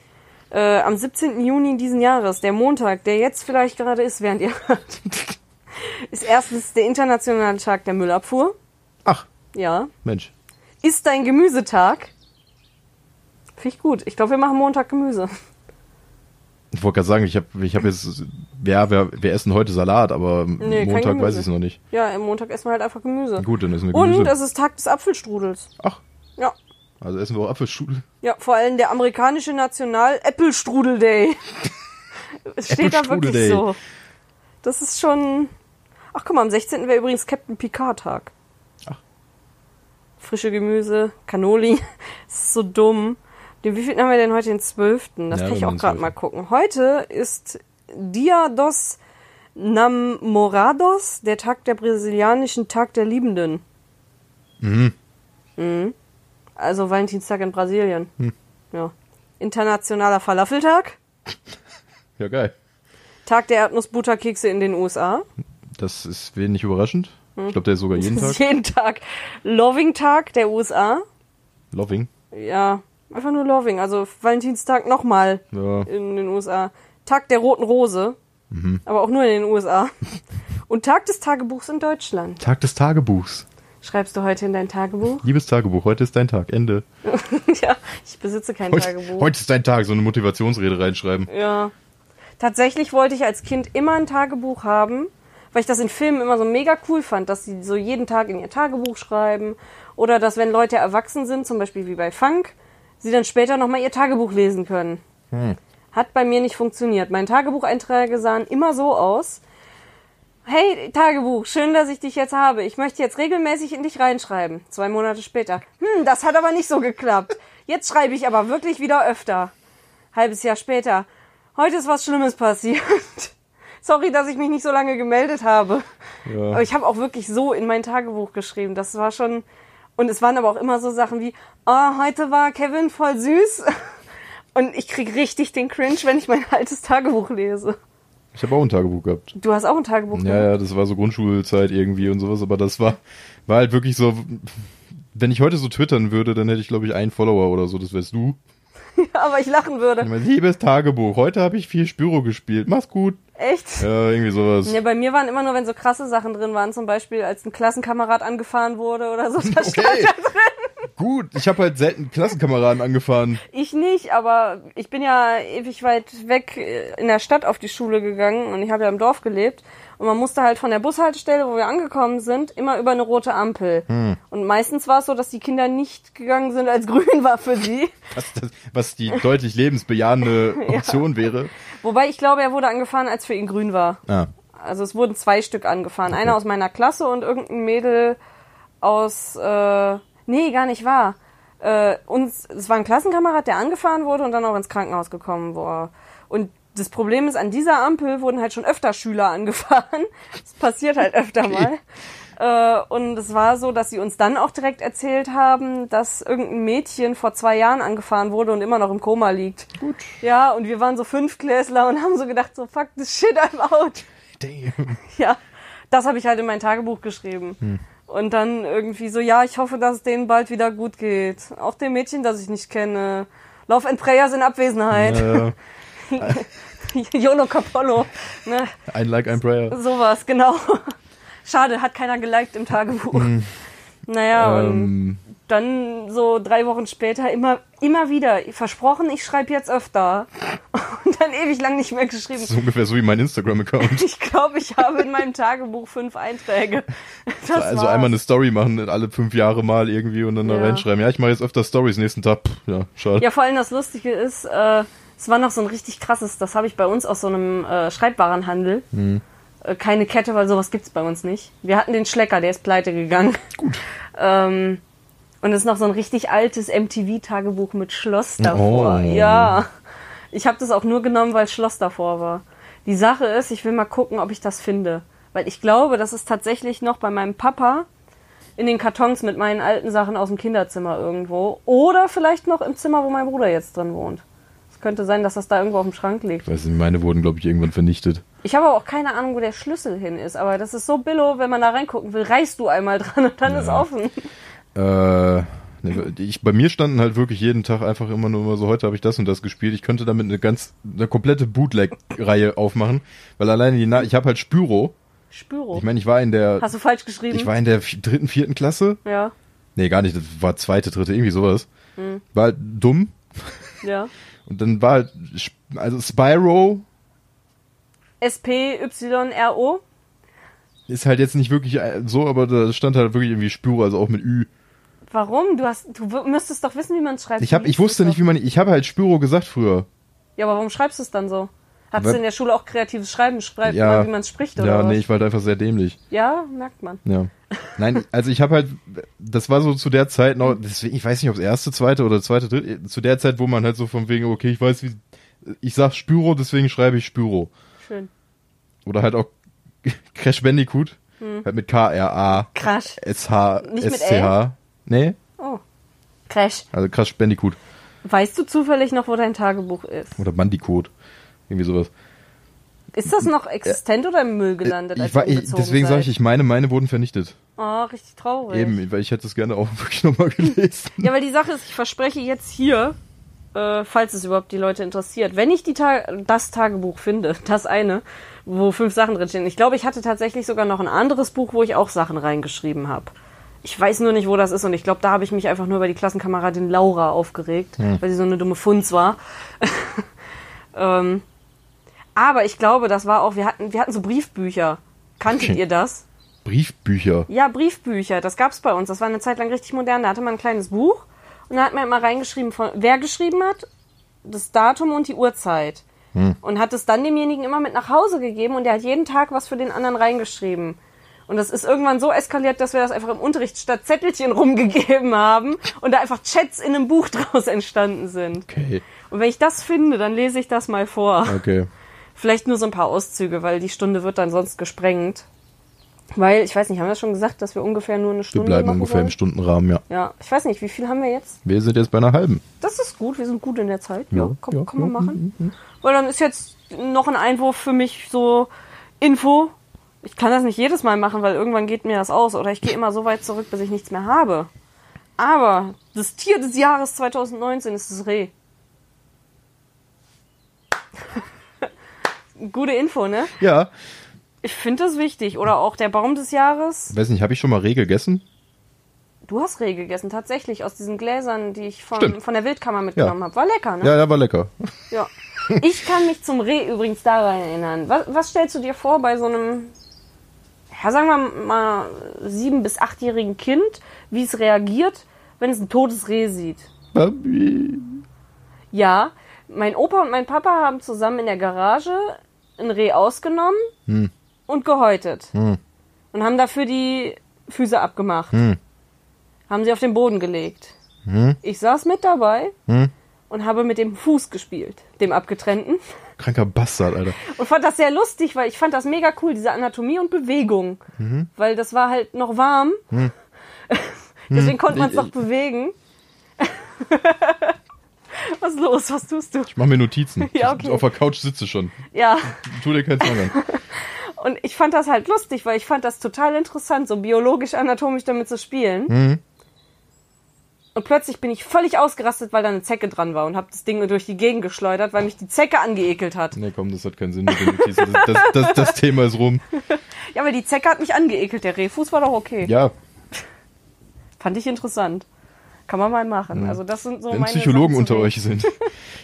[SPEAKER 3] äh, am 17. Juni diesen Jahres, der Montag, der jetzt vielleicht gerade ist, während ihr hört, ist erstens der internationale Tag der Müllabfuhr.
[SPEAKER 1] Ach,
[SPEAKER 3] Ja.
[SPEAKER 1] Mensch.
[SPEAKER 3] Ist dein Gemüsetag? Finde ich gut. Ich glaube, wir machen Montag Gemüse.
[SPEAKER 1] Ich wollte gerade sagen, ich habe ich hab jetzt, ja, wir, wir essen heute Salat, aber
[SPEAKER 3] Nee, kein
[SPEAKER 1] Montag
[SPEAKER 3] Gemüse.
[SPEAKER 1] weiß ich es noch nicht.
[SPEAKER 3] Ja, am Montag essen wir halt einfach Gemüse.
[SPEAKER 1] Gut, dann essen wir Gemüse.
[SPEAKER 3] Und es ist Tag des Apfelstrudels.
[SPEAKER 1] Ach,
[SPEAKER 3] Ja.
[SPEAKER 1] also essen wir auch Apfelstrudel.
[SPEAKER 3] Ja, vor allem der amerikanische National Apple Strudel Day. Es steht da
[SPEAKER 1] Apple-Strudel
[SPEAKER 3] wirklich
[SPEAKER 1] Day.
[SPEAKER 3] so. Das ist schon. Ach guck mal, am 16. wäre übrigens Captain Picard Tag.
[SPEAKER 1] Ach.
[SPEAKER 3] Frische Gemüse, Cannoli. Das ist so dumm. Den wievielten haben wir denn heute? Den 12. Das
[SPEAKER 1] Ja,
[SPEAKER 3] kann ich
[SPEAKER 1] wir
[SPEAKER 3] auch
[SPEAKER 1] machen
[SPEAKER 3] gerade
[SPEAKER 1] 12..
[SPEAKER 3] mal gucken. Heute ist Dia dos Namorados, der Tag der brasilianischen Tag der Liebenden. Mhm.
[SPEAKER 1] Mhm.
[SPEAKER 3] Also Valentinstag in Brasilien.
[SPEAKER 1] Hm.
[SPEAKER 3] Ja. Internationaler Falafeltag,
[SPEAKER 1] Ja, geil.
[SPEAKER 3] Tag der Erdnussbutterkekse in den USA,
[SPEAKER 1] Das ist wenig überraschend. Ich glaube, der ist sogar jeden
[SPEAKER 3] Das ist
[SPEAKER 1] Tag.
[SPEAKER 3] jeden Tag Loving Tag der USA.
[SPEAKER 1] Loving.
[SPEAKER 3] Ja, einfach nur Loving, also Valentinstag nochmal
[SPEAKER 1] Ja.
[SPEAKER 3] in den USA. Tag der roten Rose,
[SPEAKER 1] Mhm.
[SPEAKER 3] aber auch nur in den USA. Und Tag des Tagebuchs in Deutschland.
[SPEAKER 1] Tag des Tagebuchs.
[SPEAKER 3] Schreibst du heute in dein Tagebuch?
[SPEAKER 1] Liebes Tagebuch, heute ist dein Tag. Ende.
[SPEAKER 3] ja, ich besitze kein
[SPEAKER 1] Heute,
[SPEAKER 3] Tagebuch.
[SPEAKER 1] heute ist dein Tag. So eine Motivationsrede reinschreiben.
[SPEAKER 3] Ja. Tatsächlich wollte ich als Kind immer ein Tagebuch haben, weil ich das in Filmen immer so mega cool fand, dass sie so jeden Tag in ihr Tagebuch schreiben oder dass wenn Leute erwachsen sind, zum Beispiel wie bei Funk, sie dann später nochmal ihr Tagebuch lesen können.
[SPEAKER 1] Hm,
[SPEAKER 3] Hat bei mir nicht funktioniert. Meine Tagebucheinträge sahen immer so aus. Hey, Tagebuch, schön, dass ich dich jetzt habe. Ich möchte jetzt regelmäßig in dich reinschreiben. Zwei Monate später. Hm, das hat aber nicht so geklappt. Jetzt schreibe ich aber wirklich wieder öfter. Halbes Jahr später. Heute ist was Schlimmes passiert. Sorry, dass ich mich nicht so lange gemeldet habe.
[SPEAKER 1] Ja.
[SPEAKER 3] Aber ich habe auch wirklich so in mein Tagebuch geschrieben. Das war schon. Und es waren aber auch immer so Sachen wie, ah, heute war Kevin voll süß. Und ich krieg richtig den Cringe, wenn ich mein altes Tagebuch lese.
[SPEAKER 1] Ich habe auch ein Tagebuch gehabt.
[SPEAKER 3] Du hast auch ein Tagebuch ne?
[SPEAKER 1] Ja, ja, das war so Grundschulzeit irgendwie und sowas, aber das war, war halt wirklich so. Wenn ich heute so twittern würde, dann hätte ich, glaube ich, einen Follower oder so, das wärst du.
[SPEAKER 3] aber ich lachen würde.
[SPEAKER 1] Ich meine, liebes Tagebuch, heute habe ich viel Spyro gespielt. Mach's gut.
[SPEAKER 3] Echt?
[SPEAKER 1] Ja, irgendwie sowas.
[SPEAKER 3] Ja, bei mir waren immer nur, wenn so krasse Sachen drin waren, zum Beispiel, als ein Klassenkamerad angefahren wurde oder so. Da stand
[SPEAKER 1] Okay. Gut, ich habe halt selten Klassenkameraden angefahren.
[SPEAKER 3] ich nicht, aber ich bin ja ewig weit weg äh, in der Stadt auf die Schule gegangen und ich habe ja im Dorf gelebt. Und man musste halt von der Bushaltestelle, wo wir angekommen sind, immer über eine rote Ampel.
[SPEAKER 1] Hm.
[SPEAKER 3] Und meistens war es so, dass die Kinder nicht gegangen sind, als grün war für sie.
[SPEAKER 1] Was, das, was die deutlich lebensbejahende Option wäre.
[SPEAKER 3] Wobei ich glaube, er wurde angefahren, als für ihn grün war.
[SPEAKER 1] Ah,
[SPEAKER 3] Also es wurden zwei Stück angefahren. Einer aus meiner Klasse und irgendein Mädel aus, äh, nee, gar nicht wahr. Äh, uns, es war ein Klassenkamerad, der angefahren wurde und dann auch ins Krankenhaus gekommen war. Und das Problem ist, an dieser Ampel wurden halt schon öfter Schüler angefahren. Das passiert halt öfter mal. Äh, und es war so, dass sie uns dann auch direkt erzählt haben, dass irgendein Mädchen vor zwei Jahren angefahren wurde und immer noch im Koma liegt.
[SPEAKER 1] gut.
[SPEAKER 3] Ja, und wir waren so Fünftklässler und haben so gedacht, so fuck this shit, I'm out.
[SPEAKER 1] Damn.
[SPEAKER 3] Ja, das habe ich halt in mein Tagebuch geschrieben.
[SPEAKER 1] Hm.
[SPEAKER 3] Und dann irgendwie so, ja, ich hoffe, dass es denen bald wieder gut geht. Auch dem Mädchen, das ich nicht kenne. Love and Prayers in Abwesenheit.
[SPEAKER 1] Äh,
[SPEAKER 3] Jolo Capollo. Ne?
[SPEAKER 1] ein Like, ein Prayer.
[SPEAKER 3] Sowas, genau. Schade, hat keiner geliked im Tagebuch. Naja, und
[SPEAKER 1] Hm. Ähm,
[SPEAKER 3] dann so drei Wochen später immer, immer wieder, versprochen, ich schreibe jetzt öfter. Und dann ewig lang nicht mehr geschrieben.
[SPEAKER 1] das ist ungefähr so wie mein Instagram-Account.
[SPEAKER 3] Ich glaube, ich habe in meinem Tagebuch fünf Einträge. Das
[SPEAKER 1] Also
[SPEAKER 3] war's.
[SPEAKER 1] einmal eine Story machen, alle fünf Jahre mal irgendwie und dann da
[SPEAKER 3] Ja.
[SPEAKER 1] reinschreiben. Ja, ich mache jetzt öfter Stories nächsten Tag. Pff, ja, schade.
[SPEAKER 3] Ja, vor allem das Lustige ist, äh, es war noch so ein richtig krasses, das habe ich bei uns aus so einem äh, Schreibwarenhandel. Äh, keine Kette, weil sowas gibt's bei uns nicht. Wir hatten den Schlecker, der ist pleite gegangen. Gut. Ähm, und es ist noch so ein richtig altes MTV-Tagebuch mit Schloss davor.
[SPEAKER 1] Oh.
[SPEAKER 3] Ja. Ich habe das auch nur genommen, weil Schloss davor war. Die Sache ist, ich will mal gucken, ob ich das finde. Weil ich glaube, das ist tatsächlich noch bei meinem Papa in den Kartons mit meinen alten Sachen aus dem Kinderzimmer irgendwo. Oder vielleicht noch im Zimmer, wo mein Bruder jetzt drin wohnt. Es könnte sein, dass das da irgendwo auf dem Schrank liegt.
[SPEAKER 1] Ich weiß nicht, meine wurden, glaube ich, irgendwann vernichtet.
[SPEAKER 3] Ich habe aber auch keine Ahnung, wo der Schlüssel hin ist. Aber das ist so billo, wenn man da reingucken will, reißt du einmal dran und dann ist offen.
[SPEAKER 1] Äh, ne, ich, bei mir standen halt wirklich jeden Tag einfach immer nur immer so, heute habe ich das und das gespielt. Ich könnte damit eine ganz, eine komplette Bootleg-Reihe aufmachen, weil alleine die, Na ich habe halt Spyro.
[SPEAKER 3] Spüro.
[SPEAKER 1] Ich meine, ich war in der,
[SPEAKER 3] Hast du falsch geschrieben?
[SPEAKER 1] ich war in der vi- dritten, vierten Klasse.
[SPEAKER 3] ja,
[SPEAKER 1] Nee, gar nicht, das war zweite, dritte, irgendwie sowas. War halt dumm.
[SPEAKER 3] ja.
[SPEAKER 1] Und dann war halt, Sp- also Spyro
[SPEAKER 3] S-P-Y-R-O.
[SPEAKER 1] Ist halt jetzt nicht wirklich äh, so, aber da stand halt wirklich irgendwie Spüre, also auch mit Ü.
[SPEAKER 3] Warum? Du, hast, du w- müsstest doch wissen, wie man es schreibt.
[SPEAKER 1] Ich, hab,
[SPEAKER 3] Du
[SPEAKER 1] ich
[SPEAKER 3] liest
[SPEAKER 1] wusste
[SPEAKER 3] es
[SPEAKER 1] nicht, wie man. Ich habe halt Spyro gesagt früher.
[SPEAKER 3] doch. Ja, aber warum schreibst du es dann so? Hattest
[SPEAKER 1] Weil-
[SPEAKER 3] du in der Schule auch kreatives Schreiben, schreibt
[SPEAKER 1] Ja.
[SPEAKER 3] man, wie man es spricht, oder?
[SPEAKER 1] ja,
[SPEAKER 3] was?
[SPEAKER 1] nee, ich war halt einfach sehr dämlich.
[SPEAKER 3] Ja, merkt man.
[SPEAKER 1] Ja. Nein, also ich habe halt. Das war so zu der Zeit noch. Deswegen, ich weiß nicht, ob es erste, zweite oder zweite, dritte. Zu der Zeit, wo man halt so von wegen, okay, ich weiß, wie. Ich sag Spyro, deswegen schreibe ich Spyro.
[SPEAKER 3] Schön.
[SPEAKER 1] Oder halt auch Crash Bandicoot. Halt mit K-R-A.
[SPEAKER 3] Crash.
[SPEAKER 1] S-H.
[SPEAKER 3] Nicht mit
[SPEAKER 1] S-C-H. Nee,
[SPEAKER 3] Oh. Crash.
[SPEAKER 1] also Crash Bandicoot.
[SPEAKER 3] Weißt du zufällig noch, wo dein Tagebuch ist?
[SPEAKER 1] Oder Bandicoot. Irgendwie sowas.
[SPEAKER 3] Ist das noch existent oder im Müll gelandet?
[SPEAKER 1] Ich
[SPEAKER 3] als
[SPEAKER 1] war,
[SPEAKER 3] ihr
[SPEAKER 1] ich,
[SPEAKER 3] umgezogen
[SPEAKER 1] deswegen sage ich,
[SPEAKER 3] seid?
[SPEAKER 1] ich meine, meine wurden vernichtet.
[SPEAKER 3] Oh, richtig traurig.
[SPEAKER 1] Eben, weil ich hätte es gerne auch wirklich nochmal gelesen.
[SPEAKER 3] Ja, weil die Sache ist, ich verspreche jetzt hier, äh, falls es überhaupt die Leute interessiert, wenn ich die Ta das Tagebuch finde, das eine, wo fünf Sachen drinstehen. Ich glaube, ich hatte tatsächlich sogar noch ein anderes Buch, wo ich auch Sachen reingeschrieben habe. Ich weiß nur nicht, wo das ist und ich glaube, da habe ich mich einfach nur über die Klassenkameradin Laura aufgeregt, weil sie so eine dumme Funz war. ähm, aber ich glaube, das war auch, wir hatten, wir hatten so Briefbücher. Kanntet
[SPEAKER 1] Okay.
[SPEAKER 3] ihr das?
[SPEAKER 1] Briefbücher.
[SPEAKER 3] Ja, Briefbücher, das gab's bei uns. Das war eine Zeit lang richtig modern. Da hatte man ein kleines Buch und da hat man immer reingeschrieben, von, wer geschrieben hat, das Datum und die Uhrzeit. Und hat es dann demjenigen immer mit nach Hause gegeben und der hat jeden Tag was für den anderen reingeschrieben. Und das ist irgendwann so eskaliert, dass wir das einfach im Unterricht statt Zettelchen rumgegeben haben und da einfach Chats in einem Buch draus entstanden sind.
[SPEAKER 1] Okay.
[SPEAKER 3] Und wenn ich das finde, dann lese ich das mal vor.
[SPEAKER 1] Okay.
[SPEAKER 3] Vielleicht nur so ein paar Auszüge, weil die Stunde wird dann sonst gesprengt. Weil, ich weiß nicht, haben wir das schon gesagt, dass wir ungefähr nur eine
[SPEAKER 1] Wir
[SPEAKER 3] Stunde
[SPEAKER 1] bleiben
[SPEAKER 3] machen
[SPEAKER 1] ungefähr im
[SPEAKER 3] wollen?
[SPEAKER 1] Stundenrahmen, ja.
[SPEAKER 3] Ja, ich weiß nicht, wie viel haben wir jetzt?
[SPEAKER 1] Wir sind jetzt bei einer halben.
[SPEAKER 3] Das ist gut, wir sind gut in der Zeit. Ja,
[SPEAKER 1] Ja,
[SPEAKER 3] komm,
[SPEAKER 1] ja,
[SPEAKER 3] kann man
[SPEAKER 1] ja, mhm,
[SPEAKER 3] machen. Weil dann ist jetzt noch ein Einwurf für mich so Info. Ich kann das nicht jedes Mal machen, weil irgendwann geht mir das aus oder ich gehe immer so weit zurück, bis ich nichts mehr habe. Aber das Tier des Jahres 2019 ist das Reh. Gute Info, ne?
[SPEAKER 1] Ja.
[SPEAKER 3] Ich finde das wichtig. Oder auch der Baum des Jahres.
[SPEAKER 1] Weiß nicht, habe ich schon mal Reh gegessen?
[SPEAKER 3] Du hast Reh gegessen, tatsächlich, aus diesen Gläsern, die ich von,
[SPEAKER 1] Stimmt.
[SPEAKER 3] von der Wildkammer mitgenommen habe. War lecker, ne?
[SPEAKER 1] Ja, ja, war lecker.
[SPEAKER 3] Ja. Ich kann mich zum Reh übrigens daran erinnern. Was, was stellst du dir vor bei so einem, ja, sagen wir mal, sieben- bis achtjährigen Kind, wie es reagiert, wenn es ein totes Reh sieht?
[SPEAKER 1] Babi.
[SPEAKER 3] Ja, mein Opa und mein Papa haben zusammen in der Garage ein Reh ausgenommen und gehäutet. Und haben dafür die Füße abgemacht. Haben sie auf den Boden gelegt. Ich saß mit dabei und habe mit dem Fuß gespielt, dem abgetrennten.
[SPEAKER 1] Kranker Bastard, Alter.
[SPEAKER 3] Und fand das sehr lustig, weil ich fand das mega cool, diese Anatomie und Bewegung. Weil das war halt noch warm. Deswegen konnte man es noch bewegen. Was ist los? Was tust du?
[SPEAKER 1] Ich mache mir Notizen.
[SPEAKER 3] Ja, okay.
[SPEAKER 1] Auf der Couch sitze schon.
[SPEAKER 3] Ja.
[SPEAKER 1] Tu dir keinen Zwang an.
[SPEAKER 3] Und ich fand das halt lustig, weil ich fand das total interessant, so biologisch, anatomisch damit zu spielen.
[SPEAKER 1] Mhm.
[SPEAKER 3] Und plötzlich bin ich völlig ausgerastet, weil da eine Zecke dran war und habe das Ding durch die Gegend geschleudert, weil mich die Zecke angeekelt hat.
[SPEAKER 1] Nee, komm, das hat keinen Sinn mit den Notizen. Das, das, das, das Thema ist rum.
[SPEAKER 3] Ja, aber die Zecke hat mich angeekelt. Der Rehfuß war doch okay.
[SPEAKER 1] Ja,
[SPEAKER 3] Fand ich interessant. Kann man mal machen. Also das sind so
[SPEAKER 1] Mhm. wenn
[SPEAKER 3] meine
[SPEAKER 1] Psychologen
[SPEAKER 3] Sachen
[SPEAKER 1] unter
[SPEAKER 3] zu reden.
[SPEAKER 1] euch sind,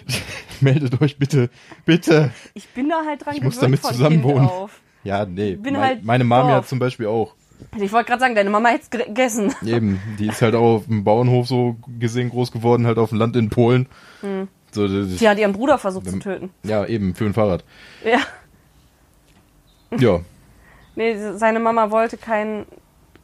[SPEAKER 1] meldet euch bitte. Bitte.
[SPEAKER 3] Ich bin da halt dran ich
[SPEAKER 1] muss
[SPEAKER 3] gewöhnt
[SPEAKER 1] damit
[SPEAKER 3] von
[SPEAKER 1] zusammenwohnen.
[SPEAKER 3] Kind auf.
[SPEAKER 1] Ja, nee.
[SPEAKER 3] Bin
[SPEAKER 1] mein,
[SPEAKER 3] halt
[SPEAKER 1] meine Mami
[SPEAKER 3] drauf.
[SPEAKER 1] hat zum Beispiel auch.
[SPEAKER 3] Ich wollte gerade sagen, deine Mama hätte gegessen.
[SPEAKER 1] Eben, die ist halt auch auf dem Bauernhof so gesehen groß geworden, halt auf dem Land in Polen.
[SPEAKER 3] Hm.
[SPEAKER 1] So, das,
[SPEAKER 3] Die hat ihren Bruder versucht zu töten.
[SPEAKER 1] Ja, eben, für ein Fahrrad.
[SPEAKER 3] Ja.
[SPEAKER 1] Ja,
[SPEAKER 3] Nee, seine Mama wollte keinen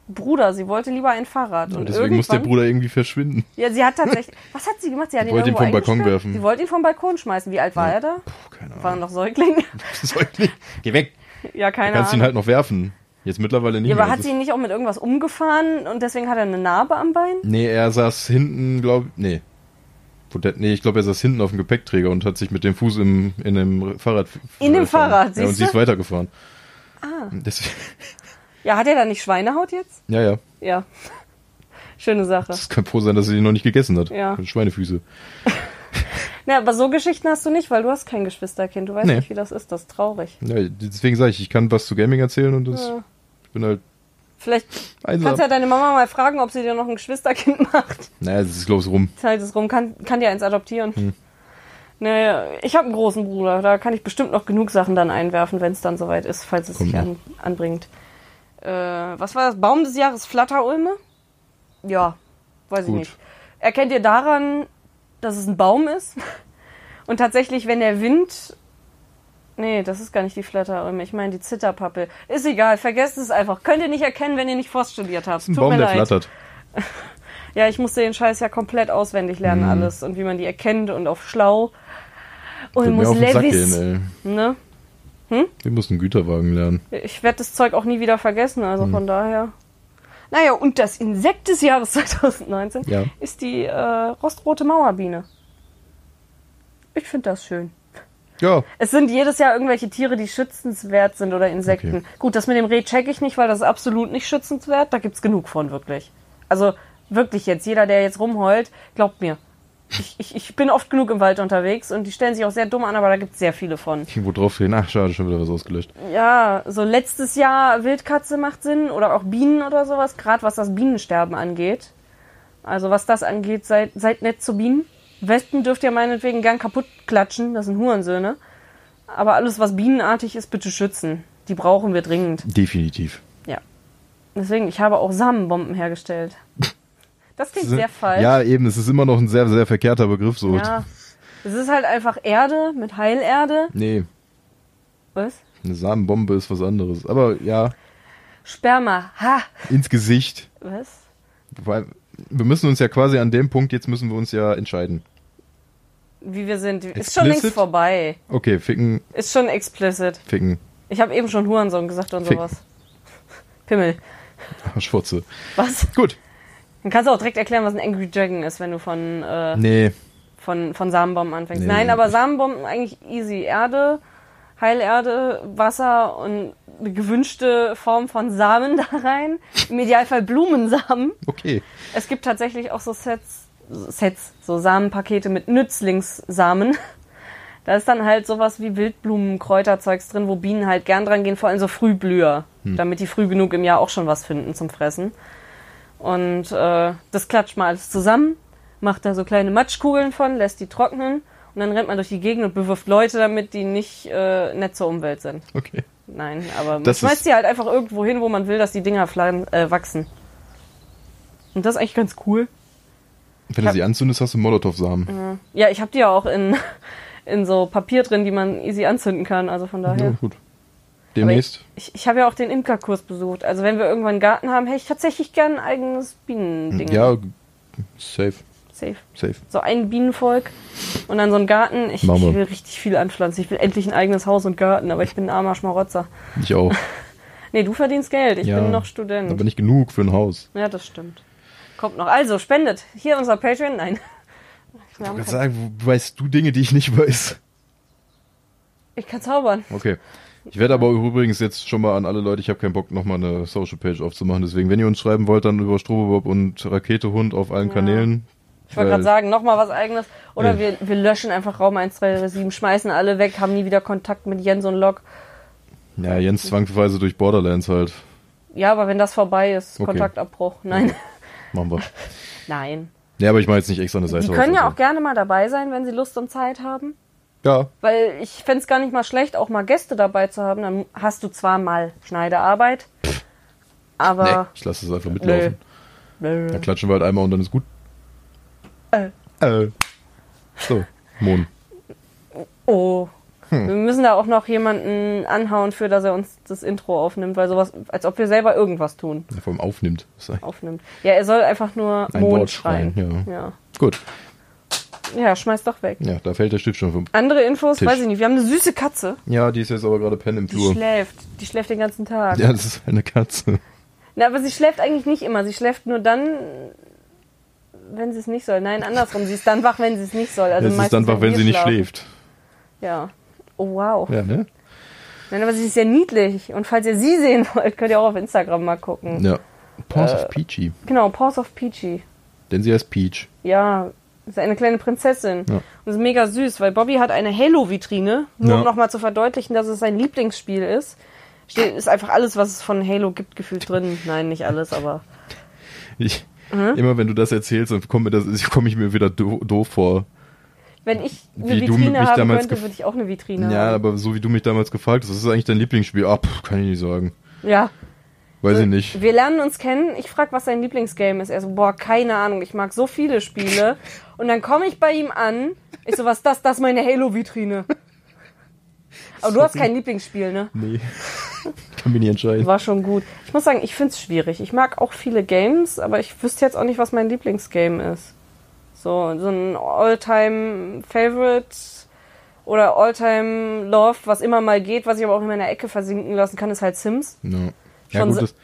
[SPEAKER 3] Bruder, sie wollte lieber ein Fahrrad. Und
[SPEAKER 1] und deswegen muss der
[SPEAKER 3] irgendwann-
[SPEAKER 1] Bruder irgendwie verschwinden.
[SPEAKER 3] Ja, sie hat tatsächlich. Was hat sie gemacht? Sie hat
[SPEAKER 1] Sie wollte ihn
[SPEAKER 3] irgendwo
[SPEAKER 1] vom Balkon
[SPEAKER 3] eingesperrt.
[SPEAKER 1] werfen.
[SPEAKER 3] Sie wollte ihn vom Balkon schmeißen. Wie alt war er da?
[SPEAKER 1] Puh, keine Ahnung.
[SPEAKER 3] Waren noch Säuglinge?
[SPEAKER 1] Säugling. Geh weg.
[SPEAKER 3] Ja,
[SPEAKER 1] Du
[SPEAKER 3] keine
[SPEAKER 1] kannst
[SPEAKER 3] Ahnung.
[SPEAKER 1] ihn halt noch werfen. Jetzt mittlerweile nicht
[SPEAKER 3] ja,
[SPEAKER 1] mehr.
[SPEAKER 3] aber hat
[SPEAKER 1] Das
[SPEAKER 3] sie
[SPEAKER 1] ist-
[SPEAKER 3] ihn nicht auch mit irgendwas umgefahren und deswegen hat er eine Narbe am Bein?
[SPEAKER 1] nee, er saß hinten, glaube ich. Nee. Wo der- Nee, ich glaube, er saß hinten auf dem Gepäckträger und hat sich mit dem Fuß im, in dem Fahrrad.
[SPEAKER 3] In dem Fahrrad,
[SPEAKER 1] ja, Und
[SPEAKER 3] siehst
[SPEAKER 1] sie ist
[SPEAKER 3] du?
[SPEAKER 1] weitergefahren. Ah. Das,
[SPEAKER 3] Ja, hat er da nicht Schweinehaut jetzt?
[SPEAKER 1] ja, ja.
[SPEAKER 3] Ja. Schöne Sache.
[SPEAKER 1] Das kann froh sein, dass sie ihn noch nicht gegessen hat.
[SPEAKER 3] Ja.
[SPEAKER 1] Schweinefüße.
[SPEAKER 3] Na, aber so Geschichten hast du nicht, weil du hast kein Geschwisterkind. Du weißt
[SPEAKER 1] Nee.
[SPEAKER 3] nicht, wie das ist. Das ist traurig.
[SPEAKER 1] Ja, deswegen sage ich, ich kann was zu Gaming erzählen und das,
[SPEAKER 3] Ja.
[SPEAKER 1] ich bin halt.
[SPEAKER 3] Vielleicht
[SPEAKER 1] Einsam.
[SPEAKER 3] kannst du ja deine Mama mal fragen, ob sie dir noch ein Geschwisterkind macht.
[SPEAKER 1] Naja, das ist, glaube ich, rum.
[SPEAKER 3] Zeit ist rum, kann, kann dir eins adoptieren.
[SPEAKER 1] Hm.
[SPEAKER 3] Naja, ich habe einen großen Bruder. Da kann ich bestimmt noch genug Sachen dann einwerfen, wenn es dann soweit ist, falls es
[SPEAKER 1] Kommt
[SPEAKER 3] sich
[SPEAKER 1] noch.
[SPEAKER 3] an, anbringt. Äh, was war das? Baum des Jahres Flatterulme? Ja, weiß
[SPEAKER 1] Gut.
[SPEAKER 3] ich nicht. Erkennt ihr daran, dass es ein Baum ist? Und tatsächlich, wenn der Wind. Nee, das ist gar nicht die Flatterulme. Ich meine die Zitterpappel. Ist egal, vergesst es einfach. Könnt ihr nicht erkennen, wenn ihr nicht Forst studiert habt.
[SPEAKER 1] Ein
[SPEAKER 3] Tut
[SPEAKER 1] Baum,
[SPEAKER 3] mir
[SPEAKER 1] der
[SPEAKER 3] leid.
[SPEAKER 1] flattert.
[SPEAKER 3] Ja, ich musste den Scheiß ja komplett auswendig lernen,
[SPEAKER 1] Mhm.
[SPEAKER 3] alles. Und wie man die erkennt und auf schlau. Und
[SPEAKER 1] Wird mir
[SPEAKER 3] muss
[SPEAKER 1] auf den Sack
[SPEAKER 3] Levis.
[SPEAKER 1] gehen, ey.
[SPEAKER 3] Ne?
[SPEAKER 1] Wir müssen Güterwagen lernen.
[SPEAKER 3] Ich werde das Zeug auch nie wieder vergessen,
[SPEAKER 1] Mhm.
[SPEAKER 3] also von daher. Naja, und das Insekt des Jahres 2019
[SPEAKER 1] Ja.
[SPEAKER 3] ist die äh, rostrote Mauerbiene. Ich finde das schön.
[SPEAKER 1] Ja,
[SPEAKER 3] Es sind jedes Jahr irgendwelche Tiere, die schützenswert sind oder Insekten.
[SPEAKER 1] Okay.
[SPEAKER 3] Gut, das mit dem Reh checke ich nicht, weil das ist absolut nicht schützenswert. Da gibt's genug von, wirklich. Also wirklich jetzt, jeder, der jetzt rumheult, glaubt mir. Ich, ich, ich bin oft genug im Wald unterwegs und die stellen sich auch sehr dumm an, aber da gibt's sehr viele von.
[SPEAKER 1] irgendwo drauf hin. Ach, schade, schon wieder was ausgelöscht.
[SPEAKER 3] Ja, so letztes Jahr Wildkatze macht Sinn oder auch Bienen oder sowas, gerade was das Bienensterben angeht. Also was das angeht, seid, seid nett zu Bienen. Wespen dürft ihr meinetwegen gern kaputt klatschen, das sind Hurensöhne. Aber alles, was bienenartig ist, bitte schützen. Die brauchen wir dringend.
[SPEAKER 1] Definitiv.
[SPEAKER 3] Ja. Deswegen, ich habe auch Samenbomben hergestellt. Das klingt sehr falsch.
[SPEAKER 1] Ja, eben, es ist immer noch ein sehr, sehr verkehrter Begriff. So.
[SPEAKER 3] ja. Es ist halt einfach Erde mit Heilerde.
[SPEAKER 1] Nee,
[SPEAKER 3] Was?
[SPEAKER 1] eine Samenbombe ist was anderes. Aber ja,
[SPEAKER 3] Sperma. Ha!
[SPEAKER 1] ins Gesicht.
[SPEAKER 3] Was?
[SPEAKER 1] Weil wir müssen uns ja quasi an dem Punkt, jetzt müssen wir uns ja entscheiden.
[SPEAKER 3] Wie wir sind. Ist schon längst
[SPEAKER 1] Explicit?
[SPEAKER 3] vorbei.
[SPEAKER 1] Okay, ficken,
[SPEAKER 3] Ist schon explicit.
[SPEAKER 1] ficken,
[SPEAKER 3] Ich habe eben schon Hurensohn gesagt und
[SPEAKER 1] Fick.
[SPEAKER 3] sowas. Pimmel.
[SPEAKER 1] Schwurze.
[SPEAKER 3] Was?
[SPEAKER 1] Gut.
[SPEAKER 3] Dann kannst du auch direkt erklären, was ein Angry Dragon ist, wenn du von, äh,
[SPEAKER 1] Nee,
[SPEAKER 3] von, von Samenbomben anfängst.
[SPEAKER 1] Nee,
[SPEAKER 3] Nein,
[SPEAKER 1] nee,
[SPEAKER 3] aber
[SPEAKER 1] nee.
[SPEAKER 3] Samenbomben eigentlich easy. Erde, Heilerde, Wasser und eine gewünschte Form von Samen da rein. Im Idealfall Blumensamen.
[SPEAKER 1] okay.
[SPEAKER 3] Es gibt tatsächlich auch so Sets, Sets, so Samenpakete mit Nützlingssamen. Da ist dann halt sowas wie Wildblumen, Kräuterzeugs drin, wo Bienen halt gern dran gehen, vor allem so Frühblüher, damit die früh genug im Jahr auch schon was finden zum Fressen. Und äh, das klatscht mal alles zusammen, macht da so kleine Matschkugeln von, lässt die trocknen und dann rennt man durch die Gegend und bewirft Leute damit, die nicht äh, nett zur Umwelt sind.
[SPEAKER 1] Okay.
[SPEAKER 3] Nein, aber man
[SPEAKER 1] Das
[SPEAKER 3] schmeißt
[SPEAKER 1] ist-
[SPEAKER 3] die halt einfach irgendwo hin, wo man will, dass die Dinger flan- äh, wachsen. Und das ist eigentlich ganz cool.
[SPEAKER 1] Wenn du sie anzündest, hast du Molotow-Samen.
[SPEAKER 3] Ja, ich habe die ja auch in, in so Papier drin, die man easy anzünden kann, also von
[SPEAKER 1] Ja,
[SPEAKER 3] daher.
[SPEAKER 1] gut. Demnächst.
[SPEAKER 3] Ich, ich habe ja auch den Imkerkurs besucht. Also wenn wir irgendwann einen Garten haben, hätte ich tatsächlich gern ein eigenes Bienending.
[SPEAKER 1] Ja, safe,
[SPEAKER 3] Safe.
[SPEAKER 1] safe.
[SPEAKER 3] So ein Bienenvolk und dann so ein Garten. Ich, ich
[SPEAKER 1] Machen wir.
[SPEAKER 3] will richtig viel anpflanzen. Ich will endlich ein eigenes Haus und Garten, aber ich bin ein armer Schmarotzer.
[SPEAKER 1] Ich auch.
[SPEAKER 3] Nee, du verdienst Geld. Ich
[SPEAKER 1] Ja.
[SPEAKER 3] bin noch Student.
[SPEAKER 1] Aber nicht genug für ein Haus.
[SPEAKER 3] Ja, das stimmt. Kommt noch. Also, spendet. Hier unser Patreon. Nein. Wir haben
[SPEAKER 1] Ich kann
[SPEAKER 3] kein-
[SPEAKER 1] sagen, wo- weißt du Dinge, die ich nicht weiß?
[SPEAKER 3] Ich kann zaubern.
[SPEAKER 1] Okay. Ich werde aber übrigens jetzt schon mal an alle Leute, ich habe keinen Bock, nochmal eine Social Page aufzumachen. Deswegen, wenn ihr uns schreiben wollt, dann über Strobobob und Raketehund auf allen Kanälen. Äh,
[SPEAKER 3] Ich wollte
[SPEAKER 1] Weil-
[SPEAKER 3] gerade sagen, nochmal was eigenes. Oder
[SPEAKER 1] Ja.
[SPEAKER 3] wir, wir löschen einfach Raum 1337, schmeißen alle weg, haben nie wieder Kontakt mit Jens und Lok.
[SPEAKER 1] Ja, Jens zwangsweise durch Borderlands halt.
[SPEAKER 3] Ja, aber wenn das vorbei ist,
[SPEAKER 1] Okay.
[SPEAKER 3] Kontaktabbruch. Nein.
[SPEAKER 1] Machen wir.
[SPEAKER 3] Nein.
[SPEAKER 1] Ja, aber ich mache jetzt nicht extra eine Seite.
[SPEAKER 3] Die können ja
[SPEAKER 1] auf.
[SPEAKER 3] auch gerne mal dabei sein, wenn sie Lust und Zeit haben.
[SPEAKER 1] Ja,
[SPEAKER 3] Weil ich fänd's gar nicht mal schlecht, auch mal Gäste dabei zu haben. Dann hast du zwar mal Schneidearbeit,
[SPEAKER 1] nee,
[SPEAKER 3] aber.
[SPEAKER 1] ich lasse es einfach mitlaufen.
[SPEAKER 3] Nö.
[SPEAKER 1] Dann klatschen wir halt einmal und dann ist gut.
[SPEAKER 3] Äh.
[SPEAKER 1] Äh. So, Mon.
[SPEAKER 3] Oh.
[SPEAKER 1] Hm.
[SPEAKER 3] Wir müssen da auch noch jemanden anhauen für, dass er uns das Intro aufnimmt, weil sowas, als ob wir selber irgendwas tun,
[SPEAKER 1] Ja, vor allem aufnimmt. Das ist eigentlich-
[SPEAKER 3] aufnimmt. Ja, er soll einfach nur
[SPEAKER 1] Ein
[SPEAKER 3] Mond
[SPEAKER 1] Wort
[SPEAKER 3] schreien.
[SPEAKER 1] schreien,
[SPEAKER 3] Ja.
[SPEAKER 1] Gut.
[SPEAKER 3] ja. schmeiß doch weg.
[SPEAKER 1] Ja, da fällt der Stift schon vom.
[SPEAKER 3] Andere Infos,
[SPEAKER 1] Tisch.
[SPEAKER 3] weiß ich nicht. Wir haben eine süße Katze,
[SPEAKER 1] Ja, die ist jetzt aber gerade pen im
[SPEAKER 3] die
[SPEAKER 1] Flur.
[SPEAKER 3] schläft. Die schläft den ganzen Tag.
[SPEAKER 1] Ja, das ist eine Katze.
[SPEAKER 3] Na, aber sie schläft eigentlich nicht immer. Sie schläft nur dann, wenn sie es nicht soll. Nein, andersrum. Sie ist dann wach, wenn sie es nicht soll. Also
[SPEAKER 1] es ist
[SPEAKER 3] meistens,
[SPEAKER 1] dann wach, wenn
[SPEAKER 3] wir
[SPEAKER 1] sie nicht
[SPEAKER 3] schlafen.
[SPEAKER 1] schläft.
[SPEAKER 3] Ja. Oh, wow.
[SPEAKER 1] Ja, ne?
[SPEAKER 3] Nein, aber sie ist ja niedlich. Und falls ihr sie sehen wollt, könnt ihr auch auf Instagram mal gucken.
[SPEAKER 1] Ja. Paws of Peachy.
[SPEAKER 3] Genau, Paws of Peachy.
[SPEAKER 1] Denn sie heißt Peach.
[SPEAKER 3] Ja, ist eine kleine Prinzessin.
[SPEAKER 1] Ja.
[SPEAKER 3] Und ist mega süß, weil Bobby hat eine Halo-Vitrine. Nur
[SPEAKER 1] Ja.
[SPEAKER 3] um nochmal zu verdeutlichen, dass es sein Lieblingsspiel ist. Steht, ist einfach alles, was es von Halo gibt, gefühlt drin. Nein, nicht alles, aber.
[SPEAKER 1] Ich, Immer wenn du das erzählst, dann komme komm ich mir wieder do, doof vor.
[SPEAKER 3] Wenn ich eine
[SPEAKER 1] Wie du
[SPEAKER 3] Vitrine
[SPEAKER 1] mich
[SPEAKER 3] haben
[SPEAKER 1] damals
[SPEAKER 3] könnte,
[SPEAKER 1] gef-
[SPEAKER 3] würde ich auch eine Vitrine
[SPEAKER 1] Ja.
[SPEAKER 3] haben.
[SPEAKER 1] aber so wie du mich damals gefragt hast, das ist eigentlich dein Lieblingsspiel. Ah, pff, kann ich nicht sagen.
[SPEAKER 3] Ja.
[SPEAKER 1] Weiß
[SPEAKER 3] Äh.
[SPEAKER 1] ich nicht.
[SPEAKER 3] Wir lernen uns kennen. Ich frage, was sein Lieblingsgame ist. Er so, boah, keine Ahnung, ich mag so viele Spiele. Und dann komme ich bei ihm an. Ich so, was ist das? Das ist meine Halo-Vitrine. Aber du hast kein Lieblingsspiel, ne?
[SPEAKER 1] Nee. kann mich nicht entscheiden.
[SPEAKER 3] War schon gut. Ich muss sagen, ich find's schwierig. Ich mag auch viele Games, aber ich wüsste jetzt auch nicht, was mein Lieblingsgame ist. So, so ein All-Time-Favorite oder All-Time-Love, was immer mal geht, was ich aber auch in meiner Ecke versinken lassen kann, ist halt Sims.
[SPEAKER 1] Ja, ja
[SPEAKER 3] Schon
[SPEAKER 1] gut,
[SPEAKER 3] se-
[SPEAKER 1] das,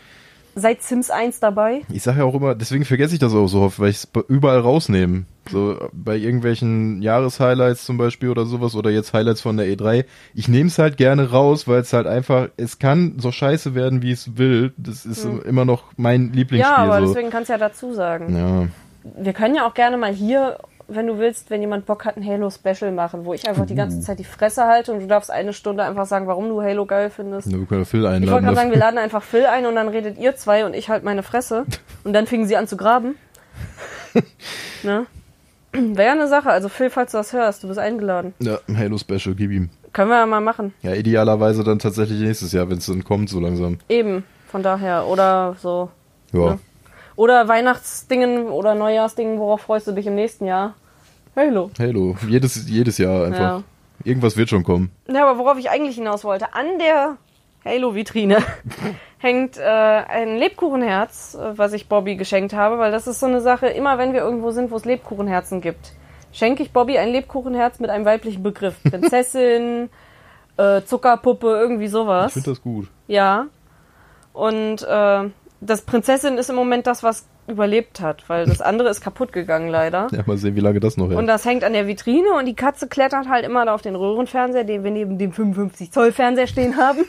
[SPEAKER 3] Seit Sims 1 dabei.
[SPEAKER 1] Ich sage ja auch immer, deswegen vergesse ich das auch so oft, weil ich es überall rausnehme. So bei irgendwelchen Jahreshighlights zum Beispiel oder sowas oder jetzt Highlights von der E3. Ich nehme es halt gerne raus, weil es halt einfach, es kann so scheiße werden, wie es will. Das ist immer noch mein Lieblingsspiel.
[SPEAKER 3] Hm. Ja, aber
[SPEAKER 1] so.
[SPEAKER 3] deswegen kannst du ja dazu sagen.
[SPEAKER 1] ja,
[SPEAKER 3] Wir können ja auch gerne mal hier, wenn du willst, wenn jemand Bock hat, ein Halo-Special machen, wo ich einfach die ganze Zeit die Fresse halte und du darfst eine Stunde einfach sagen, warum du Halo geil findest.
[SPEAKER 1] wir können Phil
[SPEAKER 3] Ich wollte
[SPEAKER 1] einladen.
[SPEAKER 3] gerade sagen, wir
[SPEAKER 1] dafür.
[SPEAKER 3] laden einfach Phil ein und dann redet ihr zwei und ich halt meine Fresse. Und dann fingen sie an zu graben. ne? Wäre ja eine Sache. Also Phil, falls du das hörst, du bist eingeladen.
[SPEAKER 1] Ja, Halo Special, gib ihm.
[SPEAKER 3] Können wir ja mal machen.
[SPEAKER 1] Ja, idealerweise dann tatsächlich nächstes Jahr, wenn es dann kommt, so langsam.
[SPEAKER 3] Eben, von daher. Oder so.
[SPEAKER 1] Ja.
[SPEAKER 3] Ja. Oder Weihnachtsdingen oder Neujahrsdingen, worauf freust du dich im nächsten Jahr? Halo.
[SPEAKER 1] Halo, jedes, jedes Jahr einfach.
[SPEAKER 3] Ja.
[SPEAKER 1] Irgendwas wird schon kommen.
[SPEAKER 3] Ja, aber worauf ich eigentlich hinaus wollte, an der Halo-Vitrine hängt äh, ein Lebkuchenherz, äh, was ich Bobby geschenkt habe, weil das ist so eine Sache, immer wenn wir irgendwo sind, wo es Lebkuchenherzen gibt, schenke ich Bobby ein Lebkuchenherz mit einem weiblichen Begriff. Prinzessin, äh, Zuckerpuppe, irgendwie
[SPEAKER 1] Ich
[SPEAKER 3] sowas.
[SPEAKER 1] finde das gut.
[SPEAKER 3] Ja. Und äh, das Prinzessin ist im Moment das, was überlebt hat, weil das andere ist kaputt gegangen leider.
[SPEAKER 1] Ja, mal sehen, wie lange das noch hält.
[SPEAKER 3] Und das hängt an der Vitrine und die Katze klettert halt immer da auf den Röhrenfernseher, den wir neben dem 55 Zoll Fernseher stehen haben.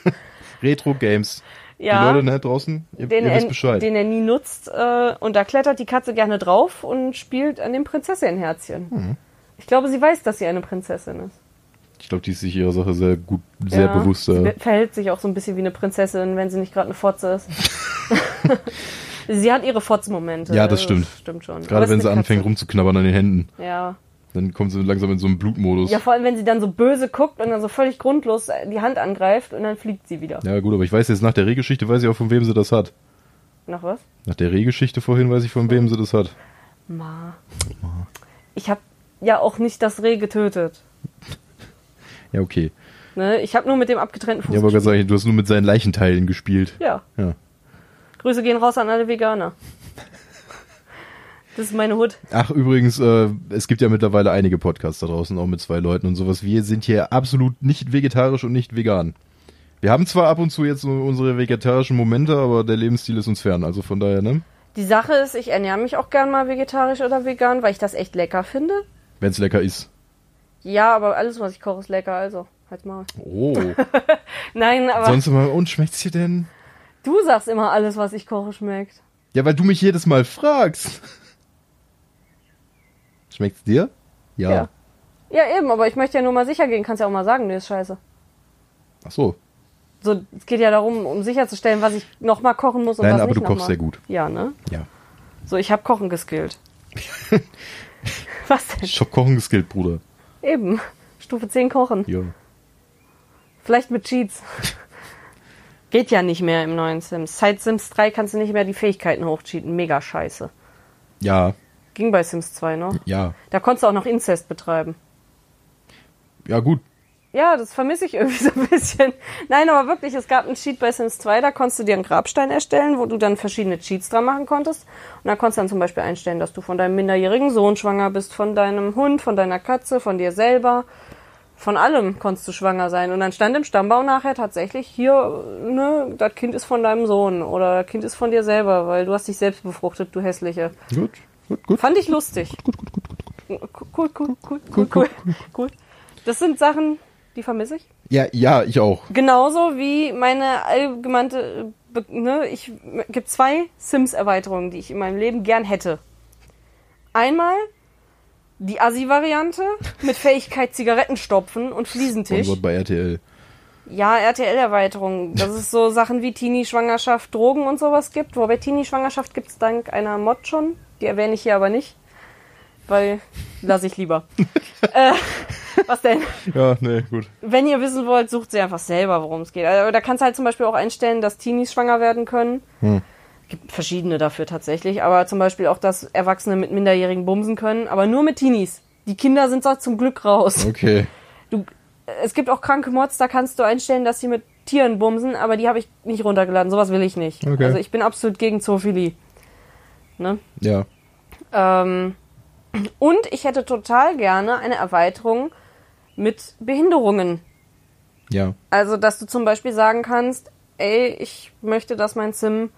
[SPEAKER 1] Retro Games.
[SPEAKER 3] Ja.
[SPEAKER 1] Die Leute ne, draußen, ihr,
[SPEAKER 3] den,
[SPEAKER 1] ihr wisst
[SPEAKER 3] er,
[SPEAKER 1] Bescheid.
[SPEAKER 3] den er nie nutzt. Äh, und da klettert die Katze gerne drauf und spielt an dem Prinzessinherzchen.
[SPEAKER 1] Mhm.
[SPEAKER 3] Ich glaube, sie weiß, dass sie eine Prinzessin ist.
[SPEAKER 1] Ich glaube, die ist sich ihrer Sache sehr gut, sehr
[SPEAKER 3] Ja.
[SPEAKER 1] bewusst.
[SPEAKER 3] Sie
[SPEAKER 1] Äh,
[SPEAKER 3] be- verhält sich auch so ein bisschen wie eine Prinzessin, wenn sie nicht gerade eine Fotze ist. sie hat ihre Fotzmomente.
[SPEAKER 1] Ja, das stimmt.
[SPEAKER 3] Stimmt schon. Aber
[SPEAKER 1] gerade
[SPEAKER 3] es
[SPEAKER 1] wenn
[SPEAKER 3] ist
[SPEAKER 1] sie
[SPEAKER 3] eine
[SPEAKER 1] anfängt
[SPEAKER 3] Katze.
[SPEAKER 1] rumzuknabbern an den Händen,
[SPEAKER 3] Ja.
[SPEAKER 1] dann kommt sie langsam in so einen Blutmodus.
[SPEAKER 3] Ja,
[SPEAKER 1] Ja.
[SPEAKER 3] vor allem, wenn sie dann so böse guckt und dann so völlig grundlos die Hand angreift und dann fliegt sie wieder.
[SPEAKER 1] gut, aber ich weiß jetzt nach der Rehgeschichte, weiß ich auch, von wem sie das hat.
[SPEAKER 3] Nach was?
[SPEAKER 1] Nach der Rehgeschichte vorhin weiß ich, von wem sie das hat.
[SPEAKER 3] Ma. Ich habe ja auch nicht das Reh getötet.
[SPEAKER 1] Ja, okay.
[SPEAKER 3] Ne? Ich habe nur mit dem abgetrennten Fuß.
[SPEAKER 1] Ja, aber ganz ehrlich, du hast nur mit seinen Leichenteilen gespielt.
[SPEAKER 3] Ja.
[SPEAKER 1] Ja.
[SPEAKER 3] Grüße gehen raus an alle Veganer. Das ist meine Hut.
[SPEAKER 1] Ach, übrigens, äh, es gibt ja mittlerweile einige Podcasts da draußen, auch mit zwei Leuten und sowas. Wir sind hier absolut nicht vegetarisch und nicht vegan. Wir haben zwar ab und zu jetzt so unsere vegetarischen Momente, aber der Lebensstil ist uns fern. Also von daher, ne?
[SPEAKER 3] Die Sache ist, ich ernähre mich auch gern mal vegetarisch oder vegan, weil ich das echt lecker finde.
[SPEAKER 1] Wenn's lecker ist.
[SPEAKER 3] Ja, aber alles, was ich koche, ist lecker, also halt mal.
[SPEAKER 1] Oh.
[SPEAKER 3] Nein, aber
[SPEAKER 1] Sonst immer, und schmeckt's dir denn?
[SPEAKER 3] du sagst immer, alles, was ich koche, schmeckt.
[SPEAKER 1] Ja, weil du mich jedes Mal fragst. Schmeckt's dir? Ja.
[SPEAKER 3] Ja. Ja, eben, aber ich möchte ja nur mal sicher gehen. Kannst ja auch mal sagen, nee, ist scheiße.
[SPEAKER 1] Ach so.
[SPEAKER 3] So, es geht ja darum, um sicherzustellen, was ich nochmal kochen muss und
[SPEAKER 1] Nein,
[SPEAKER 3] was
[SPEAKER 1] aber
[SPEAKER 3] nicht
[SPEAKER 1] du kochst
[SPEAKER 3] nochmal.
[SPEAKER 1] sehr gut.
[SPEAKER 3] Ja, ne?
[SPEAKER 1] Ja.
[SPEAKER 3] So, ich habe Kochen geskillt. was denn?
[SPEAKER 1] Ich hab kochen geskillt, Bruder.
[SPEAKER 3] Eben. Stufe 10 Kochen.
[SPEAKER 1] Ja.
[SPEAKER 3] Vielleicht mit Cheats. Geht ja nicht mehr im neuen Sims. Seit Sims 3 kannst du nicht mehr die Fähigkeiten hochcheaten. Mega scheiße.
[SPEAKER 1] Ja.
[SPEAKER 3] Ging bei Sims 2 noch.
[SPEAKER 1] Ja.
[SPEAKER 3] Da konntest du auch noch Inzest betreiben.
[SPEAKER 1] Ja, gut.
[SPEAKER 3] Ja, das vermisse ich irgendwie so ein bisschen. Nein, aber wirklich, es gab einen Cheat bei Sims 2, da konntest du dir einen Grabstein erstellen, wo du dann verschiedene Cheats dran machen konntest. Und da konntest du dann zum Beispiel einstellen, dass du von deinem minderjährigen Sohn schwanger bist, von deinem Hund, von deiner Katze, von dir selber. Von allem konntest du schwanger sein. Und dann stand im Stammbaum nachher tatsächlich hier, ne, das Kind ist von deinem Sohn oder das Kind ist von dir selber, weil du hast dich selbst befruchtet, du hässliche.
[SPEAKER 1] Gut. Gut, gut.
[SPEAKER 3] Fand ich lustig.
[SPEAKER 1] Gut, gut, gut, gut, gut.
[SPEAKER 3] Cool, cool, cool, cool, cool, cool. cool. Das sind Sachen, die vermisse ich.
[SPEAKER 1] Ja, ja, ich auch.
[SPEAKER 3] Genauso wie meine allgemannte, be- ne, ich m- gibt zwei Sims-Erweiterungen, die ich in meinem Leben gern hätte. Einmal die Assi-Variante mit Fähigkeit Zigarettenstopfen und Fliesentisch.
[SPEAKER 1] Sponsored bei RTL.
[SPEAKER 3] Ja, RTL-Erweiterung. Dass es so Sachen wie Teenie-Schwangerschaft, Drogen und sowas gibt. Wobei Teenie-Schwangerschaft gibt's dank einer Mod schon. Die erwähne ich hier aber nicht. Weil lasse ich lieber. äh, was denn?
[SPEAKER 1] Ja, nee, gut.
[SPEAKER 3] wenn ihr wissen wollt, sucht sie einfach selber, worum es geht. Also, da kannst du halt zum Beispiel auch einstellen, dass Teenies schwanger werden können. Gibt verschiedene dafür tatsächlich, aber zum Beispiel auch, dass Erwachsene mit Minderjährigen bumsen können, aber nur mit Teenies. Die Kinder sind da zum Glück raus.
[SPEAKER 1] Okay.
[SPEAKER 3] Du, es gibt auch kranke Mods, da kannst du einstellen, dass sie mit Tieren bumsen, aber die habe ich nicht runtergeladen. Sowas will ich nicht.
[SPEAKER 1] Okay.
[SPEAKER 3] Also ich bin absolut gegen Zoophilie. Ne?
[SPEAKER 1] Ja.
[SPEAKER 3] Ähm, und ich hätte total gerne eine Erweiterung mit Behinderungen.
[SPEAKER 1] Ja.
[SPEAKER 3] Also, dass du zum Beispiel sagen kannst, ey, ich möchte, dass mein Sim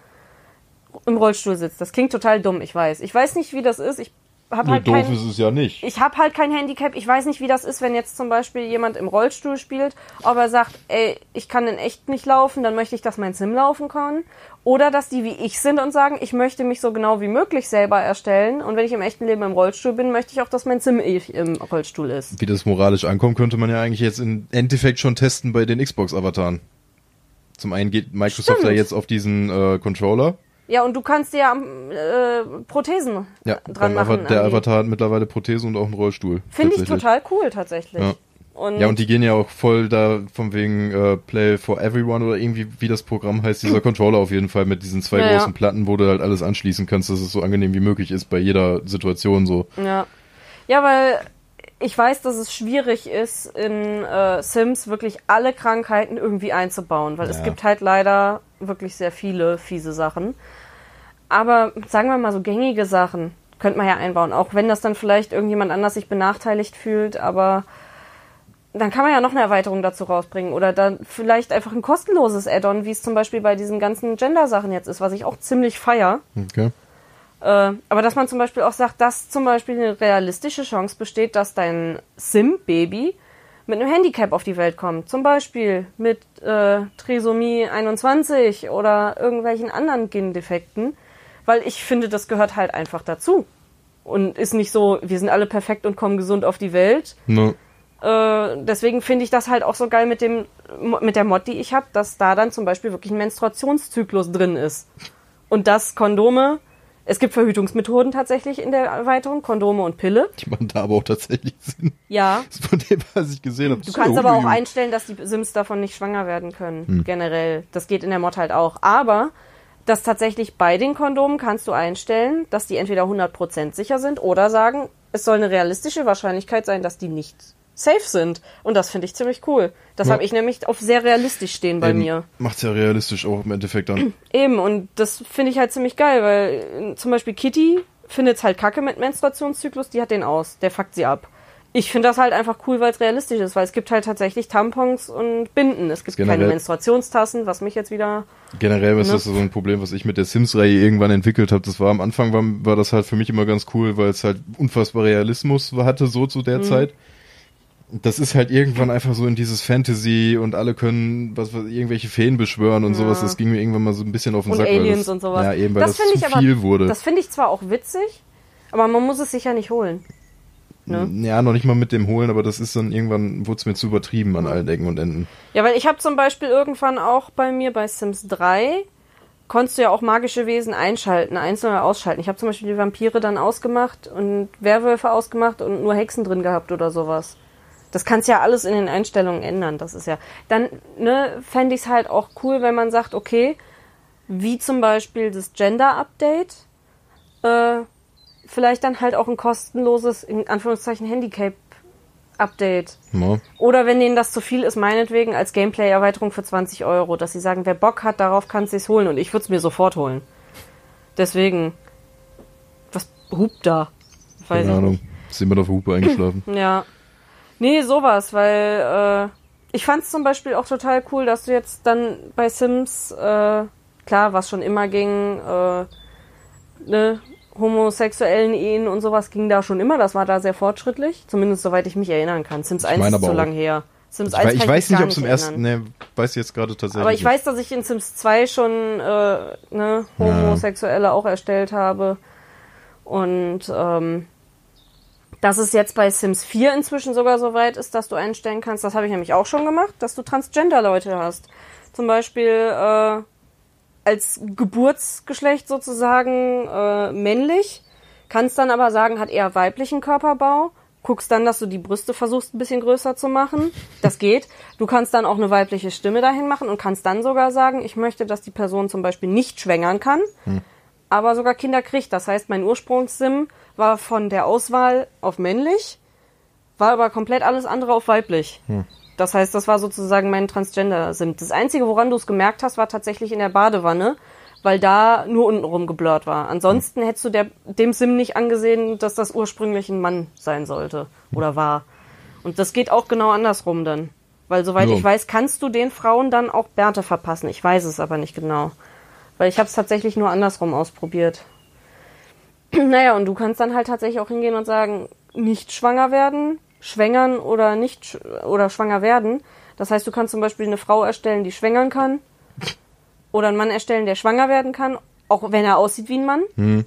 [SPEAKER 3] im Rollstuhl sitzt. Das klingt total dumm, ich weiß. Ich weiß nicht, wie das ist. Ich habe halt,
[SPEAKER 1] doof ist
[SPEAKER 3] kein,
[SPEAKER 1] es ja nicht.
[SPEAKER 3] ich hab halt kein Handicap. Ich weiß nicht, wie das ist, wenn jetzt zum Beispiel jemand im Rollstuhl spielt, ob er sagt, ey, ich kann in echt nicht laufen, dann möchte ich, dass mein Sim laufen kann. Oder dass die wie ich sind und sagen, ich möchte mich so genau wie möglich selber erstellen. Und wenn ich im echten Leben im Rollstuhl bin, möchte ich auch, dass mein Sim eh im Rollstuhl ist.
[SPEAKER 1] Wie das moralisch ankommt, könnte man ja eigentlich jetzt im Endeffekt schon testen bei den Xbox-Avataren. Zum einen geht Microsoft ja
[SPEAKER 3] Stimmt.
[SPEAKER 1] jetzt auf diesen äh, Controller.
[SPEAKER 3] Ja, und du kannst dir ja am, äh, Prothesen
[SPEAKER 1] Ja,
[SPEAKER 3] dran
[SPEAKER 1] beim Ava-
[SPEAKER 3] machen.
[SPEAKER 1] der
[SPEAKER 3] an die-
[SPEAKER 1] Avatar hat mittlerweile Prothese und auch einen Rollstuhl.
[SPEAKER 3] Finde ich
[SPEAKER 1] tatsächlich.
[SPEAKER 3] total cool tatsächlich.
[SPEAKER 1] Ja.
[SPEAKER 3] Und,
[SPEAKER 1] Ja, und die gehen ja auch voll da von wegen äh, Play for Everyone oder irgendwie, wie das Programm heißt, dieser Controller auf jeden Fall mit diesen zwei
[SPEAKER 3] Ja, ja.
[SPEAKER 1] großen Platten, wo du halt alles anschließen kannst, dass es so angenehm wie möglich ist bei jeder Situation so.
[SPEAKER 3] ja. ja, weil ich weiß, dass es schwierig ist, in äh, Sims wirklich alle Krankheiten irgendwie einzubauen, weil es
[SPEAKER 1] Ja.
[SPEAKER 3] gibt halt leider wirklich sehr viele fiese Sachen. Aber sagen wir mal so gängige Sachen könnte man ja einbauen, auch wenn das dann vielleicht irgendjemand anders sich benachteiligt fühlt, aber dann kann man ja noch eine Erweiterung dazu rausbringen oder dann vielleicht einfach ein kostenloses Add-on, wie es zum Beispiel bei diesen ganzen Gender-Sachen jetzt ist, was ich auch ziemlich feier.
[SPEAKER 1] Okay.
[SPEAKER 3] Äh, aber dass man zum Beispiel auch sagt, dass zum Beispiel eine realistische Chance besteht, dass dein Sim-Baby mit einem Handicap auf die Welt kommt. Zum Beispiel mit äh, Trisomie 21 oder irgendwelchen anderen Gendefekten. Weil ich finde, das gehört halt einfach dazu. Und ist nicht so, wir sind alle perfekt und kommen gesund auf die Welt.
[SPEAKER 1] Ne.
[SPEAKER 3] Äh, deswegen finde ich das halt auch so geil mit, dem, mit der Mod, die ich habe, dass da dann zum Beispiel wirklich ein Menstruationszyklus drin ist. Und dass Kondome, es gibt Verhütungsmethoden tatsächlich in der Erweiterung, Kondome und Pille.
[SPEAKER 1] Die machen da aber auch tatsächlich Sinn.
[SPEAKER 3] Ja.
[SPEAKER 1] Das ist Von dem, was ich gesehen habe.
[SPEAKER 3] Du kannst aber auch einstellen, dass die Sims davon nicht schwanger werden können, generell. Das geht in der Mod halt auch. Aber dass tatsächlich bei den Kondomen kannst du einstellen, dass die entweder 100% sicher sind oder sagen, es soll eine realistische Wahrscheinlichkeit sein, dass die nicht safe sind. Und das finde ich ziemlich cool. Das
[SPEAKER 1] Ja. Ähm,
[SPEAKER 3] habe ich nämlich auf sehr realistisch stehen bei mir.
[SPEAKER 1] Macht's ja realistisch auch im Endeffekt dann.
[SPEAKER 3] Eben, und das finde ich halt ziemlich geil, weil äh, zum Beispiel Kitty findet es halt kacke mit Menstruationszyklus, die hat den aus, der fuckt sie ab. Ich finde das halt einfach cool, weil es realistisch ist, weil es gibt halt tatsächlich Tampons und Binden. Es gibt keine
[SPEAKER 1] Generell-
[SPEAKER 3] Menstruationstassen, was mich jetzt wieder.
[SPEAKER 1] Generell ist
[SPEAKER 3] Ne?
[SPEAKER 1] das so ein Problem, was ich mit der Sims-Reihe irgendwann entwickelt habe. Das war am Anfang war, war das halt für mich immer ganz cool, weil es halt unfassbar Realismus hatte so zu
[SPEAKER 3] Mhm.
[SPEAKER 1] der Zeit. Das ist halt irgendwann einfach so in dieses Fantasy und alle können was, was irgendwelche Feen beschwören und sowas. Das ging mir irgendwann mal so ein bisschen auf den
[SPEAKER 3] und
[SPEAKER 1] Sack. weil
[SPEAKER 3] Aliens
[SPEAKER 1] das,
[SPEAKER 3] und sowas.
[SPEAKER 1] Ja, eben, weil das,
[SPEAKER 3] finde
[SPEAKER 1] zu viel wurde.
[SPEAKER 3] Das finde ich zwar auch witzig, aber man muss es sich ja nicht holen. ne?
[SPEAKER 1] Ja, noch nicht mal mit dem Holen, aber das ist dann irgendwann, wurde es mir zu übertrieben an allen Ecken und Enden.
[SPEAKER 3] Ja, weil ich habe zum Beispiel irgendwann auch bei mir bei Sims 3 konntest du ja auch magische Wesen einschalten, einzeln oder ausschalten. Ich habe zum Beispiel die Vampire dann ausgemacht und Werwölfe ausgemacht und nur Hexen drin gehabt oder sowas. Das kannst ja alles in den Einstellungen ändern. Das ist ja. Dann ne, fände ich es halt auch cool, wenn man sagt, okay, wie zum Beispiel das Gender Update, äh, vielleicht dann halt auch ein kostenloses, in Anführungszeichen, Handicap Update.
[SPEAKER 1] Ja.
[SPEAKER 3] Oder wenn denen das zu viel ist, meinetwegen als Gameplay-Erweiterung für 20 Euro, dass sie sagen, wer Bock hat, darauf kann sich's holen und ich würde es mir sofort holen. Deswegen, was hupt da? Weiß
[SPEAKER 1] Keine
[SPEAKER 3] ich
[SPEAKER 1] Ahnung. Ist immer auf der Hupe eingeschlafen.
[SPEAKER 3] nicht. Ja. Nee, sowas, weil äh, ich fand's zum Beispiel auch total cool, dass du jetzt dann bei Sims, äh, klar, was schon immer ging, äh, ne, homosexuellen Ehen und sowas ging da schon immer, das war da sehr fortschrittlich, zumindest soweit ich mich erinnern kann. Sims 1
[SPEAKER 1] meine
[SPEAKER 3] ist
[SPEAKER 1] aber
[SPEAKER 3] so
[SPEAKER 1] auch.
[SPEAKER 3] lang her. Sims
[SPEAKER 1] Ich, wei- ich
[SPEAKER 3] kann
[SPEAKER 1] weiß nicht,
[SPEAKER 3] mich gar
[SPEAKER 1] ob es im
[SPEAKER 3] erinnern.
[SPEAKER 1] ersten, ne, weiß ich jetzt gerade tatsächlich.
[SPEAKER 3] Aber ich
[SPEAKER 1] nicht.
[SPEAKER 3] weiß, dass ich in Sims 2 schon äh, ne, Homosexuelle auch erstellt habe. Und ähm, dass es jetzt bei Sims 4 inzwischen sogar so weit ist, dass du einstellen kannst, das habe ich nämlich auch schon gemacht, dass du Transgender-Leute hast. Zum Beispiel äh, als Geburtsgeschlecht sozusagen äh, männlich, kannst dann aber sagen, hat eher weiblichen Körperbau, guckst dann, dass du die Brüste versuchst ein bisschen größer zu machen. Das geht. Du kannst dann auch eine weibliche Stimme dahin machen und kannst dann sogar sagen, ich möchte, dass die Person zum Beispiel nicht schwängern kann, aber sogar Kinder kriegt. Das heißt, mein Ursprungssim war von der Auswahl auf männlich, war aber komplett alles andere auf weiblich. Das heißt, das war sozusagen mein Transgender-Sim. Das Einzige, woran du es gemerkt hast, war tatsächlich in der Badewanne, weil da nur untenrum geblurrt war. Ansonsten hättest du der, dem Sim nicht angesehen, dass das ursprünglich ein Mann sein sollte oder war. Und das geht auch genau andersrum dann. Weil soweit
[SPEAKER 1] Ja.
[SPEAKER 3] ich weiß, kannst du den Frauen dann auch Bärte verpassen. Ich weiß es aber nicht genau. Weil ich habe es tatsächlich nur andersrum ausprobiert. Naja, und du kannst dann halt tatsächlich auch hingehen und sagen, nicht schwanger werden, schwängern oder nicht sch- oder schwanger werden. Das heißt, du kannst zum Beispiel eine Frau erstellen, die schwängern kann. Oder einen Mann erstellen, der schwanger werden kann, auch wenn er aussieht wie ein Mann.
[SPEAKER 1] Mhm.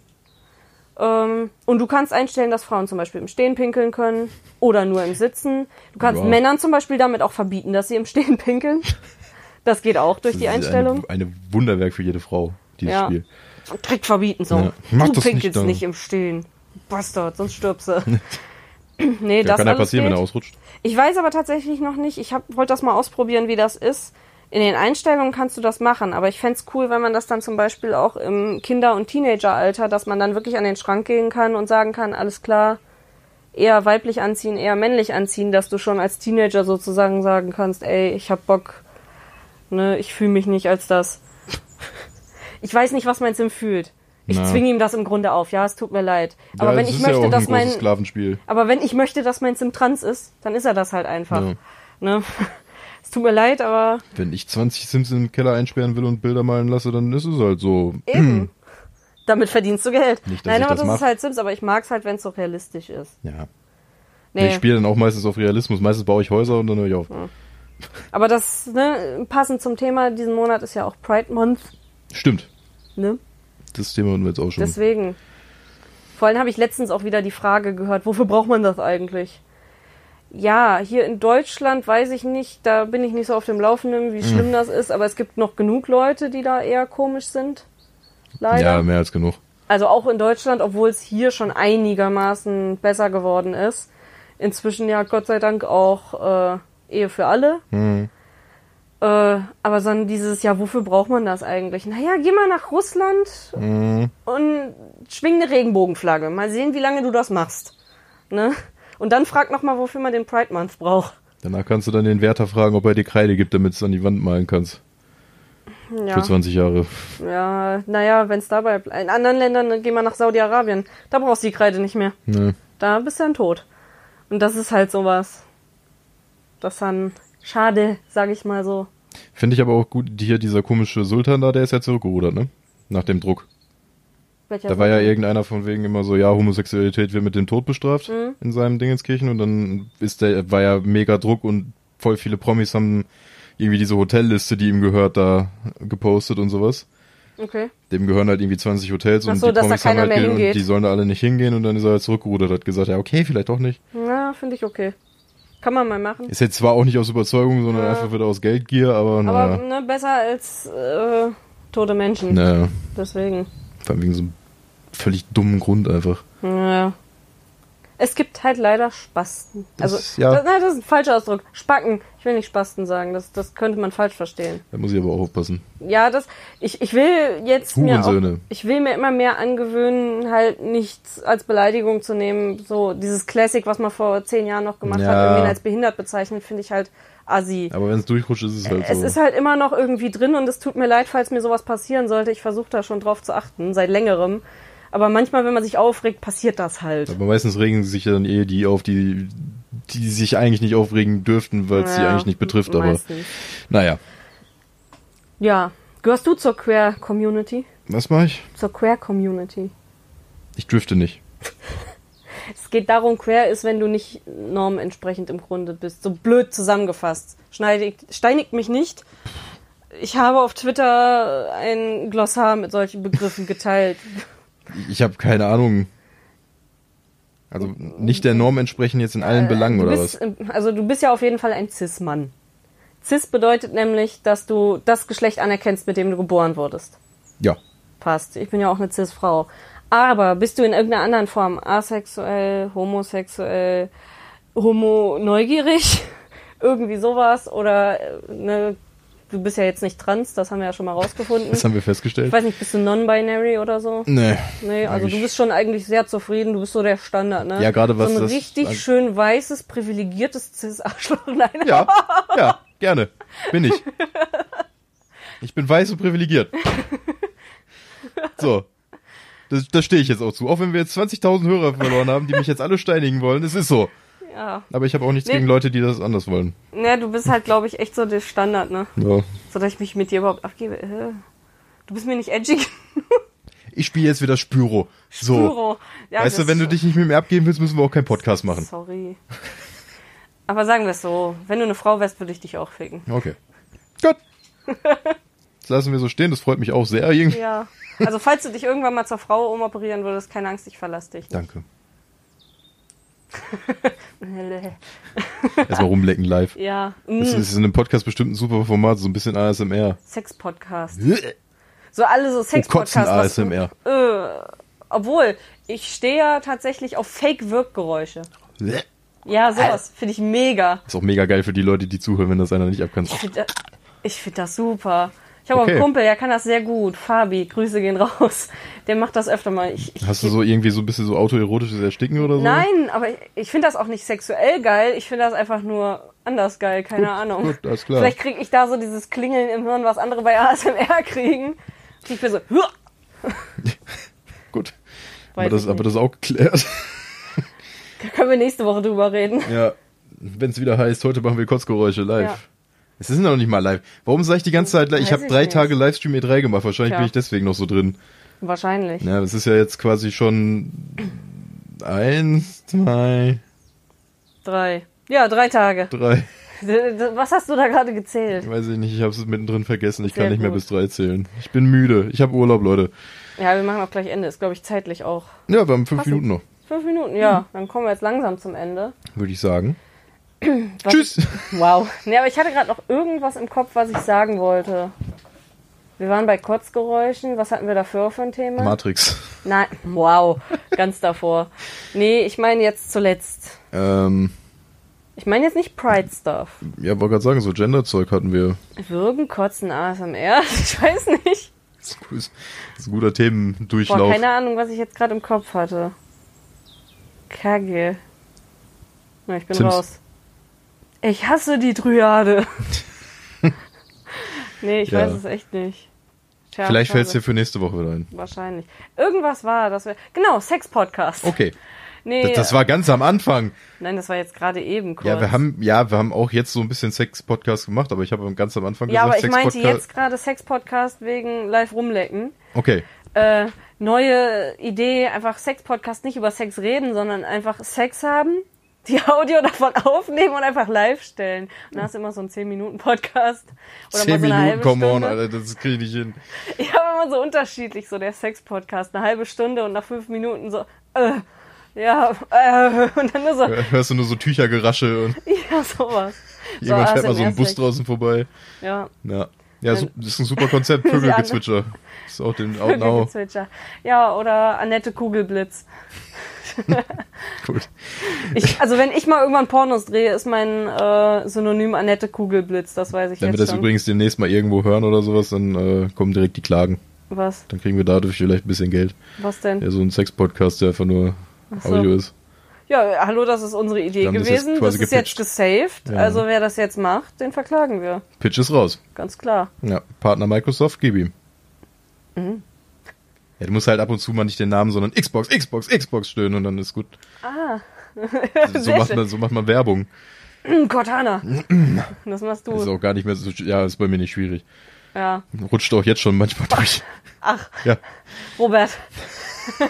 [SPEAKER 3] Ähm, und du kannst einstellen, dass Frauen zum Beispiel im Stehen pinkeln können oder nur im Sitzen. Du kannst
[SPEAKER 1] Wow.
[SPEAKER 3] Männern zum Beispiel damit auch verbieten, dass sie im Stehen pinkeln. Das geht auch durch
[SPEAKER 1] Das
[SPEAKER 3] die
[SPEAKER 1] ist
[SPEAKER 3] Einstellung.
[SPEAKER 1] Eine, eine Wunderwerk für jede Frau, dieses
[SPEAKER 3] Ja.
[SPEAKER 1] Spiel.
[SPEAKER 3] Trick verbieten so.
[SPEAKER 1] Ja. Mach
[SPEAKER 3] du
[SPEAKER 1] das nicht,
[SPEAKER 3] pinkelst
[SPEAKER 1] dann.
[SPEAKER 3] nicht im Stehen. Bastard, sonst stirbst du. nee,
[SPEAKER 1] Ja,
[SPEAKER 3] das
[SPEAKER 1] kann ja
[SPEAKER 3] alles
[SPEAKER 1] passieren,
[SPEAKER 3] geht.
[SPEAKER 1] wenn er ausrutscht.
[SPEAKER 3] Ich weiß aber tatsächlich noch nicht. Ich hab- wollte das mal ausprobieren, wie das ist. In den Einstellungen kannst du das machen, aber ich fänd's cool, wenn man das dann zum Beispiel auch im Kinder- und Teenageralter, dass man dann wirklich an den Schrank gehen kann und sagen kann, alles klar, eher weiblich anziehen, eher männlich anziehen, dass du schon als Teenager sozusagen sagen kannst, ey, ich hab Bock, ne, ich fühle mich nicht als das. Ich weiß nicht, was mein Sim fühlt. Ich
[SPEAKER 1] Na.
[SPEAKER 3] zwinge ihm das im Grunde auf. Ja, es tut mir leid. Aber
[SPEAKER 1] ja,
[SPEAKER 3] wenn
[SPEAKER 1] es
[SPEAKER 3] ich
[SPEAKER 1] ist ja
[SPEAKER 3] möchte,
[SPEAKER 1] auch
[SPEAKER 3] dass
[SPEAKER 1] ein großes
[SPEAKER 3] mein
[SPEAKER 1] Sklavenspiel.
[SPEAKER 3] aber wenn ich möchte, dass mein Sim trans ist, dann ist er das halt einfach.
[SPEAKER 1] Ja.
[SPEAKER 3] Ne? Es tut mir leid, aber
[SPEAKER 1] Wenn ich 20 Sims im Keller einsperren will und Bilder malen lasse, dann ist es halt so.
[SPEAKER 3] eben. Damit verdienst du Geld.
[SPEAKER 1] Nicht, dass
[SPEAKER 3] Nein,
[SPEAKER 1] ich
[SPEAKER 3] aber
[SPEAKER 1] das
[SPEAKER 3] das,
[SPEAKER 1] mach.
[SPEAKER 3] ist halt Sims, aber ich mag's halt, wenn's so realistisch ist.
[SPEAKER 1] Ja.
[SPEAKER 3] Nee,
[SPEAKER 1] Ich spiele dann auch meistens auf Realismus. Meistens baue ich Häuser und dann höre ich auf.
[SPEAKER 3] aber das, ne, passend zum Thema, diesen Monat ist ja auch Pride Month,
[SPEAKER 1] Stimmt.
[SPEAKER 3] ne?
[SPEAKER 1] Das Thema hatten wir jetzt auch schon.
[SPEAKER 3] Deswegen. Vor allem habe ich letztens auch wieder die Frage gehört, wofür braucht man das eigentlich? Ja, hier in Deutschland weiß ich nicht, da bin ich nicht so auf dem Laufenden, wie
[SPEAKER 1] Hm.
[SPEAKER 3] schlimm das ist, aber es gibt noch genug Leute, die da eher komisch sind. Leider.
[SPEAKER 1] ja, mehr als genug.
[SPEAKER 3] Also auch in Deutschland, obwohl es hier schon einigermaßen besser geworden ist. Inzwischen ja Gott sei Dank auch äh, Ehe für alle. Äh, aber dann dieses, ja, wofür braucht man das eigentlich? Naja, geh mal nach Russland und schwing eine Regenbogenflagge. Mal sehen, wie lange du das machst. Ne? Und dann frag noch mal, wofür man den Pride Month braucht.
[SPEAKER 1] Danach kannst du dann den Wärter fragen, ob er dir Kreide gibt, damit du es an die Wand malen kannst.
[SPEAKER 3] Ja,
[SPEAKER 1] Für 20 Jahre.
[SPEAKER 3] ja naja, wenn es dabei bleibt. In anderen Ländern, ne, geh mal nach Saudi-Arabien. Da brauchst du die Kreide nicht mehr.
[SPEAKER 1] Ne.
[SPEAKER 3] da bist du dann tot. Und das ist halt sowas. Das ist dann schade, sag ich mal so.
[SPEAKER 1] Finde ich aber auch gut, hier dieser komische Sultan da, der ist ja zurückgerudert, ne? Nach dem Druck.
[SPEAKER 3] Welcher
[SPEAKER 1] Da war ja irgendeiner von wegen immer so, ja, Homosexualität wird mit dem Tod bestraft
[SPEAKER 3] Mhm.
[SPEAKER 1] in seinem Dingenskirchen und dann ist der, war ja mega Druck und voll viele Promis haben irgendwie diese Hotelliste, die ihm gehört, da gepostet und sowas.
[SPEAKER 3] Okay.
[SPEAKER 1] Dem gehören halt irgendwie 20 Hotels
[SPEAKER 3] Ach
[SPEAKER 1] und
[SPEAKER 3] so,
[SPEAKER 1] die
[SPEAKER 3] dass da
[SPEAKER 1] Promis
[SPEAKER 3] keiner
[SPEAKER 1] haben
[SPEAKER 3] mehr
[SPEAKER 1] halt Geld und
[SPEAKER 3] hingeht.
[SPEAKER 1] die sollen da alle nicht hingehen und dann ist er halt zurückgerudert, hat gesagt, ja, okay, vielleicht doch nicht.
[SPEAKER 3] Ja, finde ich okay. Kann man mal machen.
[SPEAKER 1] Ist jetzt zwar auch nicht aus Überzeugung, sondern einfach wieder aus Geldgier, aber
[SPEAKER 3] Aber
[SPEAKER 1] naja.
[SPEAKER 3] ne, besser als äh, tote Menschen.
[SPEAKER 1] Naja,
[SPEAKER 3] Deswegen.
[SPEAKER 1] vor allem wegen so einem völlig dummen Grund einfach.
[SPEAKER 3] Ja. Es gibt halt leider Spasten.
[SPEAKER 1] Das-
[SPEAKER 3] Also,
[SPEAKER 1] ja.
[SPEAKER 3] das, nein, das ist ein falscher Ausdruck. Spacken. Ich will nicht Spasten sagen. Das, das könnte man falsch verstehen.
[SPEAKER 1] Da muss ich aber auch aufpassen.
[SPEAKER 3] Ja, das. Ich, ich will jetzt mir auch,
[SPEAKER 1] Hurensöhne.
[SPEAKER 3] Ich will mir immer mehr angewöhnen, halt nichts als Beleidigung zu nehmen. So dieses Classic, was man vor zehn Jahren noch gemacht
[SPEAKER 1] Ja.
[SPEAKER 3] hat, irgendwie als behindert bezeichnet, finde ich halt assi.
[SPEAKER 1] Aber wenn es durchrutscht, ist es halt
[SPEAKER 3] Es
[SPEAKER 1] so.
[SPEAKER 3] ist halt immer noch irgendwie drin und es tut mir leid, falls mir sowas passieren sollte. Ich versuche da schon drauf zu achten, seit längerem. Aber manchmal, wenn man sich aufregt, passiert das halt.
[SPEAKER 1] Aber meistens regen sich ja dann eh die auf, die, die sich eigentlich nicht aufregen dürften, weil es sie
[SPEAKER 3] Ja,
[SPEAKER 1] eigentlich nicht betrifft.
[SPEAKER 3] meistens.
[SPEAKER 1] Aber naja,
[SPEAKER 3] Ja. Gehörst du zur Queer-Community?
[SPEAKER 1] was mache ich?
[SPEAKER 3] Zur Queer-Community.
[SPEAKER 1] Ich drifte nicht.
[SPEAKER 3] Es geht darum, quer ist, wenn du nicht norm entsprechend im Grunde bist. So blöd zusammengefasst. Schneidigt, steinigt mich nicht. Ich habe auf Twitter ein Glossar mit solchen Begriffen geteilt.
[SPEAKER 1] Ich habe keine Ahnung. Also nicht der Norm entsprechen jetzt in allen Belangen
[SPEAKER 3] Äh, du
[SPEAKER 1] oder
[SPEAKER 3] bist,
[SPEAKER 1] was?
[SPEAKER 3] ähm, Also du bist ja auf jeden Fall ein Cis-Mann. Cis bedeutet nämlich, dass du das Geschlecht anerkennst, mit dem du geboren wurdest.
[SPEAKER 1] Ja.
[SPEAKER 3] Passt. Ich bin ja auch eine Cis-Frau. Aber bist du in irgendeiner anderen Form asexuell, homosexuell, homo-neugierig, irgendwie sowas oder äh, ne, du bist ja jetzt nicht trans, das haben wir ja schon mal rausgefunden.
[SPEAKER 1] Das haben wir
[SPEAKER 3] Ich
[SPEAKER 1] festgestellt.
[SPEAKER 3] weiß nicht, bist du non-binary oder so?
[SPEAKER 1] Nee.
[SPEAKER 3] Nee, also du
[SPEAKER 1] Eigentlich-
[SPEAKER 3] bist schon eigentlich sehr zufrieden, du bist so der Standard, ne?
[SPEAKER 1] Ja, gerade was
[SPEAKER 3] So ein
[SPEAKER 1] das
[SPEAKER 3] richtig
[SPEAKER 1] an-
[SPEAKER 3] schön weißes, privilegiertes Cis-Arschloch. Nein,
[SPEAKER 1] Ja, ja, gerne. Bin ich. Ich bin weiß und privilegiert. So. Das, das stehe ich jetzt auch zu. Auch wenn wir jetzt 20.000 Hörer verloren haben, die mich jetzt alle steinigen wollen, es ist so.
[SPEAKER 3] ja.
[SPEAKER 1] Aber ich habe auch nichts
[SPEAKER 3] Nee.
[SPEAKER 1] gegen Leute, die das anders wollen.
[SPEAKER 3] Ja, du bist halt, glaube ich, echt so der Standard, ne?
[SPEAKER 1] Ja.
[SPEAKER 3] So, dass ich mich mit dir überhaupt abgebe. Äh, Du bist mir nicht edgy
[SPEAKER 1] Ich spiele jetzt wieder Spyro. So.
[SPEAKER 3] Pyro. Ja,
[SPEAKER 1] weißt
[SPEAKER 3] das- Oh,
[SPEAKER 1] du, wenn du dich nicht mit mir abgeben willst, müssen wir auch keinen Podcast machen.
[SPEAKER 3] Sorry. Aber sagen wir es so, wenn du eine Frau wärst, würde ich dich auch ficken.
[SPEAKER 1] Okay. Gut. Das lassen wir so stehen, das freut mich auch sehr. Irgendwie.
[SPEAKER 3] Ja. Also falls du dich irgendwann mal zur Frau umoperieren würdest, keine Angst, ich verlasse dich.
[SPEAKER 1] Danke. Erstmal rumlecken live.
[SPEAKER 3] Ja.
[SPEAKER 1] Das
[SPEAKER 3] Mm,
[SPEAKER 1] ist in einem Podcast bestimmt ein super Format, so ein bisschen ASMR.
[SPEAKER 3] Sex-Podcast. So alle so
[SPEAKER 1] Kotzen
[SPEAKER 3] Sex-Podcasts. was-
[SPEAKER 1] ASMR.
[SPEAKER 3] Obwohl, ich stehe ja tatsächlich auf Fake-Wirkgeräusche. Ja, sowas finde ich mega.
[SPEAKER 1] Ist auch mega geil für die Leute, die zuhören, wenn das einer nicht abkann.
[SPEAKER 3] Ich finde das, ich find das super. Ich habe auch einen
[SPEAKER 1] Okay.
[SPEAKER 3] Kumpel, der kann das sehr gut. Fabi, Grüße gehen raus. Der macht das öfter mal. Ich, ich,
[SPEAKER 1] Hast du so irgendwie so ein bisschen so autoerotisches Ersticken oder so?
[SPEAKER 3] Nein, aber ich, ich finde das auch nicht sexuell geil. Ich finde das einfach nur anders geil. Keine Ahnung.
[SPEAKER 1] gut, alles klar.
[SPEAKER 3] Vielleicht kriege ich da so dieses Klingeln im Hirn, was andere bei ASMR kriegen. Ich bin so, "Huah!"
[SPEAKER 1] Gut.
[SPEAKER 3] Weiß
[SPEAKER 1] Aber das,
[SPEAKER 3] ich
[SPEAKER 1] aber das ist auch geklärt.
[SPEAKER 3] da können wir nächste Woche drüber reden.
[SPEAKER 1] Ja, wenn es wieder heißt, heute machen wir Kotzgeräusche live.
[SPEAKER 3] Ja.
[SPEAKER 1] Es ist noch nicht mal live. Warum sage ich die ganze Zeit live? Ich
[SPEAKER 3] Weiß
[SPEAKER 1] habe
[SPEAKER 3] ich
[SPEAKER 1] drei
[SPEAKER 3] nicht.
[SPEAKER 1] Tage Livestream E3 gemacht. Wahrscheinlich
[SPEAKER 3] Tja.
[SPEAKER 1] bin ich deswegen noch so drin.
[SPEAKER 3] Wahrscheinlich.
[SPEAKER 1] Ja, das ist ja jetzt quasi schon eins, zwei,
[SPEAKER 3] Drei. Ja, drei Tage.
[SPEAKER 1] drei.
[SPEAKER 3] D- d- Was hast du da gerade gezählt?
[SPEAKER 1] Weiß ich nicht, ich habe es mittendrin vergessen. Ich
[SPEAKER 3] Sehr
[SPEAKER 1] kann nicht mehr
[SPEAKER 3] gut.
[SPEAKER 1] bis drei zählen. Ich bin müde. Ich habe Urlaub, Leute.
[SPEAKER 3] Ja, wir machen auch gleich Ende. Ist, glaube ich, zeitlich auch.
[SPEAKER 1] Ja, wir haben fünf
[SPEAKER 3] Passend.
[SPEAKER 1] Minuten noch,
[SPEAKER 3] Fünf Minuten, ja. Dann kommen wir jetzt langsam zum Ende.
[SPEAKER 1] würde ich sagen.
[SPEAKER 3] Was
[SPEAKER 1] Tschüss.
[SPEAKER 3] Wow. Nee, aber ich hatte gerade noch irgendwas im Kopf, was ich sagen wollte. Wir waren bei Kotzgeräuschen. Was hatten wir dafür für ein Thema?
[SPEAKER 1] Matrix.
[SPEAKER 3] Nein. Wow. Ganz davor. Nee, ich meine jetzt zuletzt.
[SPEAKER 1] Ähm,
[SPEAKER 3] Ich meine jetzt nicht Pride Stuff.
[SPEAKER 1] ja, wollte gerade sagen, so Gender-Zeug hatten wir.
[SPEAKER 3] Würgen, Kotzen, ASMR. Ich weiß nicht.
[SPEAKER 1] Das ist, gut, das ist ein guter
[SPEAKER 3] Boah,
[SPEAKER 1] Themendurchlauf.
[SPEAKER 3] keine Ahnung, was ich jetzt gerade im Kopf hatte. Kage. Na, ich bin
[SPEAKER 1] Sims.
[SPEAKER 3] raus. Ich hasse die Dryade. nee, ich
[SPEAKER 1] Ja.
[SPEAKER 3] weiß es echt nicht. Tja,
[SPEAKER 1] Vielleicht fällt es
[SPEAKER 3] schade.
[SPEAKER 1] dir für nächste Woche wieder ein.
[SPEAKER 3] Wahrscheinlich. Irgendwas war, das wir. Genau, Sex-Podcast.
[SPEAKER 1] Okay.
[SPEAKER 3] Nee,
[SPEAKER 1] Das, das war ganz am Anfang.
[SPEAKER 3] nein, das war jetzt gerade eben kurz.
[SPEAKER 1] Ja, wir haben, ja, wir haben auch jetzt so ein bisschen Sex-Podcast gemacht, aber ich habe ganz am Anfang
[SPEAKER 3] Ja,
[SPEAKER 1] gesagt,
[SPEAKER 3] aber ich meinte
[SPEAKER 1] Sex-Podcast-
[SPEAKER 3] jetzt gerade Sex-Podcast wegen live rumlecken.
[SPEAKER 1] Okay.
[SPEAKER 3] äh, neue Idee, einfach Sex-Podcast, nicht über Sex reden, sondern einfach Sex haben, die Audio davon aufnehmen und einfach live stellen. Und dann hast du immer so einen 10-Minuten-Podcast. Oder
[SPEAKER 1] Zehn
[SPEAKER 3] mal so
[SPEAKER 1] Minuten,
[SPEAKER 3] eine halbe
[SPEAKER 1] come on,
[SPEAKER 3] Stunde.
[SPEAKER 1] Alter, das kriege ich nicht hin.
[SPEAKER 3] Ich habe immer so unterschiedlich, so der Sex-Podcast, eine halbe Stunde und nach fünf Minuten so, äh, ja, äh, und dann nur so,
[SPEAKER 1] Hörst du nur so Tüchergerasche und
[SPEAKER 3] ja, sowas.
[SPEAKER 1] jemand fährt mal so einen Bus
[SPEAKER 3] ASMR-Sex.
[SPEAKER 1] draußen vorbei.
[SPEAKER 3] Ja.
[SPEAKER 1] Ja. Ja, su- das ist ein super Konzept, Vögelgezwitscher. Ist auch den Out Now.
[SPEAKER 3] Vögelgezwitscher. Ja, oder Annette Kugelblitz.
[SPEAKER 1] Gut.
[SPEAKER 3] Ich, also wenn ich mal irgendwann Pornos drehe, ist mein äh, Synonym Annette Kugelblitz, das weiß ich
[SPEAKER 1] Wenn wir
[SPEAKER 3] jetzt
[SPEAKER 1] das
[SPEAKER 3] schon.
[SPEAKER 1] übrigens demnächst mal irgendwo hören oder sowas, dann äh, kommen direkt die Klagen.
[SPEAKER 3] was,
[SPEAKER 1] Dann kriegen wir dadurch vielleicht ein bisschen Geld.
[SPEAKER 3] was denn?
[SPEAKER 1] Ja, so ein Sex-Podcast, der einfach nur
[SPEAKER 3] so.
[SPEAKER 1] Audio ist.
[SPEAKER 3] Ja, äh, hallo, das ist unsere Idee
[SPEAKER 1] Wir haben das jetzt
[SPEAKER 3] gewesen. Das,
[SPEAKER 1] quasi
[SPEAKER 3] ist jetzt gesaved.
[SPEAKER 1] Ja.
[SPEAKER 3] Also wer das jetzt macht, den verklagen wir.
[SPEAKER 1] Pitch ist raus.
[SPEAKER 3] Ganz klar.
[SPEAKER 1] Ja, Partner Microsoft, gib ihm.
[SPEAKER 3] Mhm.
[SPEAKER 1] Ja, du musst halt ab und zu mal nicht den Namen, sondern Xbox, Xbox, Xbox stöhnen und dann ist gut.
[SPEAKER 3] Ah,
[SPEAKER 1] So,
[SPEAKER 3] sehr
[SPEAKER 1] macht
[SPEAKER 3] schön.
[SPEAKER 1] man, so macht man Werbung.
[SPEAKER 3] Cortana. Das machst
[SPEAKER 1] Ist
[SPEAKER 3] du.
[SPEAKER 1] auch gar nicht mehr so, sch- ja, ist bei mir nicht schwierig.
[SPEAKER 3] Ja.
[SPEAKER 1] Rutscht auch jetzt schon manchmal durch.
[SPEAKER 3] Ach,
[SPEAKER 1] Ja,
[SPEAKER 3] Robert.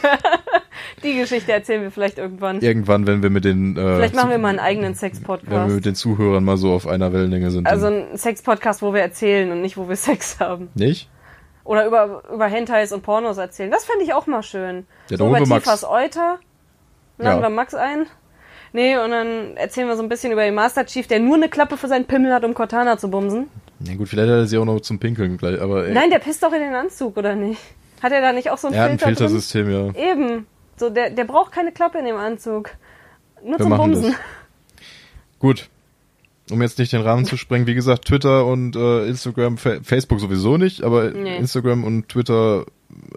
[SPEAKER 3] Die Geschichte erzählen wir vielleicht irgendwann.
[SPEAKER 1] irgendwann, wenn wir mit den, äh,
[SPEAKER 3] Vielleicht machen
[SPEAKER 1] zu-
[SPEAKER 3] wir mal einen eigenen
[SPEAKER 1] wenn wir
[SPEAKER 3] Sex-Podcast.
[SPEAKER 1] mit den Zuhörern mal so auf einer Wellenlänge sind.
[SPEAKER 3] Also
[SPEAKER 1] dann-
[SPEAKER 3] einen Sex-Podcast, wo wir erzählen und nicht, wo wir Sex haben.
[SPEAKER 1] nicht?
[SPEAKER 3] Oder über, über Hentais und Pornos erzählen. Das fände ich auch mal schön.
[SPEAKER 1] Ja, dann
[SPEAKER 3] so
[SPEAKER 1] holen
[SPEAKER 3] über
[SPEAKER 1] wir Max.
[SPEAKER 3] Tifas Euter. Laden
[SPEAKER 1] Ja.
[SPEAKER 3] wir Max ein. Nee, und dann erzählen wir so ein bisschen über den Master Chief, der nur eine Klappe für seinen Pimmel hat, um Cortana zu bumsen.
[SPEAKER 1] Na gut, vielleicht hat er sie auch noch zum Pinkeln gleich, aber ey,
[SPEAKER 3] Nein, der pisst doch in den Anzug, oder nicht? Hat er da nicht auch so einen
[SPEAKER 1] er hat ein
[SPEAKER 3] Filter drin?
[SPEAKER 1] Filtersystem, ja.
[SPEAKER 3] Eben. So, der, der braucht keine Klappe in dem Anzug. Nur
[SPEAKER 1] Wir
[SPEAKER 3] zum
[SPEAKER 1] machen
[SPEAKER 3] Bumsen.
[SPEAKER 1] das. Gut. Um jetzt nicht den Rahmen zu sprengen, wie gesagt, Twitter und äh, Instagram, Fa Facebook sowieso nicht, aber
[SPEAKER 3] Nee.
[SPEAKER 1] Instagram und Twitter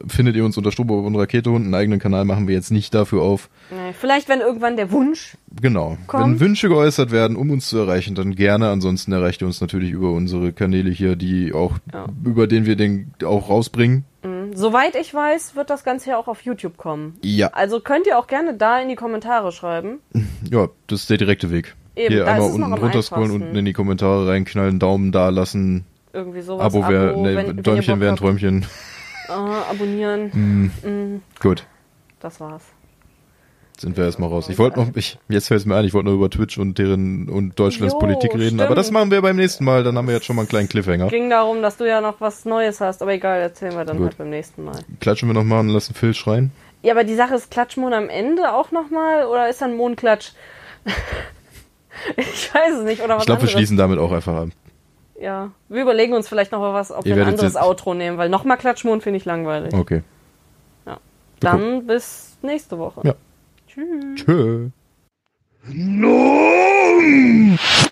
[SPEAKER 1] findet ihr uns unter Strobo und Raketehund. Einen eigenen Kanal machen wir jetzt nicht dafür auf.
[SPEAKER 3] Nee, vielleicht, wenn irgendwann der Wunsch.
[SPEAKER 1] Genau.
[SPEAKER 3] Kommt.
[SPEAKER 1] Wenn Wünsche geäußert werden, um uns zu erreichen, dann gerne. Ansonsten erreicht ihr uns natürlich über unsere Kanäle hier, die auch,
[SPEAKER 3] Ja.
[SPEAKER 1] über den wir den auch rausbringen.
[SPEAKER 3] Mhm. Soweit ich weiß, wird das Ganze ja auch auf YouTube kommen.
[SPEAKER 1] Ja,
[SPEAKER 3] Also könnt ihr auch gerne da in die Kommentare schreiben.
[SPEAKER 1] ja, das ist der direkte Weg.
[SPEAKER 3] Eben,
[SPEAKER 1] hier
[SPEAKER 3] da
[SPEAKER 1] einmal
[SPEAKER 3] ist es noch
[SPEAKER 1] unten
[SPEAKER 3] am
[SPEAKER 1] runterscrollen,
[SPEAKER 3] einfachsten.
[SPEAKER 1] unten in die Kommentare reinknallen, Daumen da lassen,
[SPEAKER 3] Irgendwie sowas.
[SPEAKER 1] Abo wäre,
[SPEAKER 3] Abo, wenn- wenn
[SPEAKER 1] ne,
[SPEAKER 3] ihr
[SPEAKER 1] Däumchen wären
[SPEAKER 3] Bock
[SPEAKER 1] Hm.
[SPEAKER 3] habt.
[SPEAKER 1] Träumchen.
[SPEAKER 3] Ah, abonnieren. Hm,
[SPEAKER 1] Gut.
[SPEAKER 3] Das war's.
[SPEAKER 1] Sind wir erstmal raus. Ich wollte noch, ich, jetzt hört es mir ein, ich wollte noch über Twitch und deren und Deutschlands
[SPEAKER 3] Jo,
[SPEAKER 1] Politik reden,
[SPEAKER 3] stimmt.
[SPEAKER 1] aber das machen wir beim nächsten Mal, dann haben wir jetzt schon mal einen kleinen Cliffhanger.
[SPEAKER 3] Ging darum, dass du ja noch was Neues hast, aber egal, erzählen wir dann
[SPEAKER 1] Gut.
[SPEAKER 3] halt beim nächsten Mal.
[SPEAKER 1] Klatschen wir nochmal und lassen Phil schreien.
[SPEAKER 3] Ja, aber die Sache ist Klatschmond am Ende auch nochmal oder ist dann Mondklatsch? ich weiß es nicht, oder was
[SPEAKER 1] Ich glaube, wir
[SPEAKER 3] anderes.
[SPEAKER 1] schließen damit auch einfach ab.
[SPEAKER 3] Ja, wir überlegen uns vielleicht noch mal was, ob
[SPEAKER 1] Ihr
[SPEAKER 3] wir ein
[SPEAKER 1] werdet
[SPEAKER 3] anderes
[SPEAKER 1] jetzt- Oh,
[SPEAKER 3] Outro nehmen, weil nochmal Klatschmond finde ich langweilig.
[SPEAKER 1] Okay.
[SPEAKER 3] Dann bis nächste Woche.
[SPEAKER 1] Ja. Tschö. No!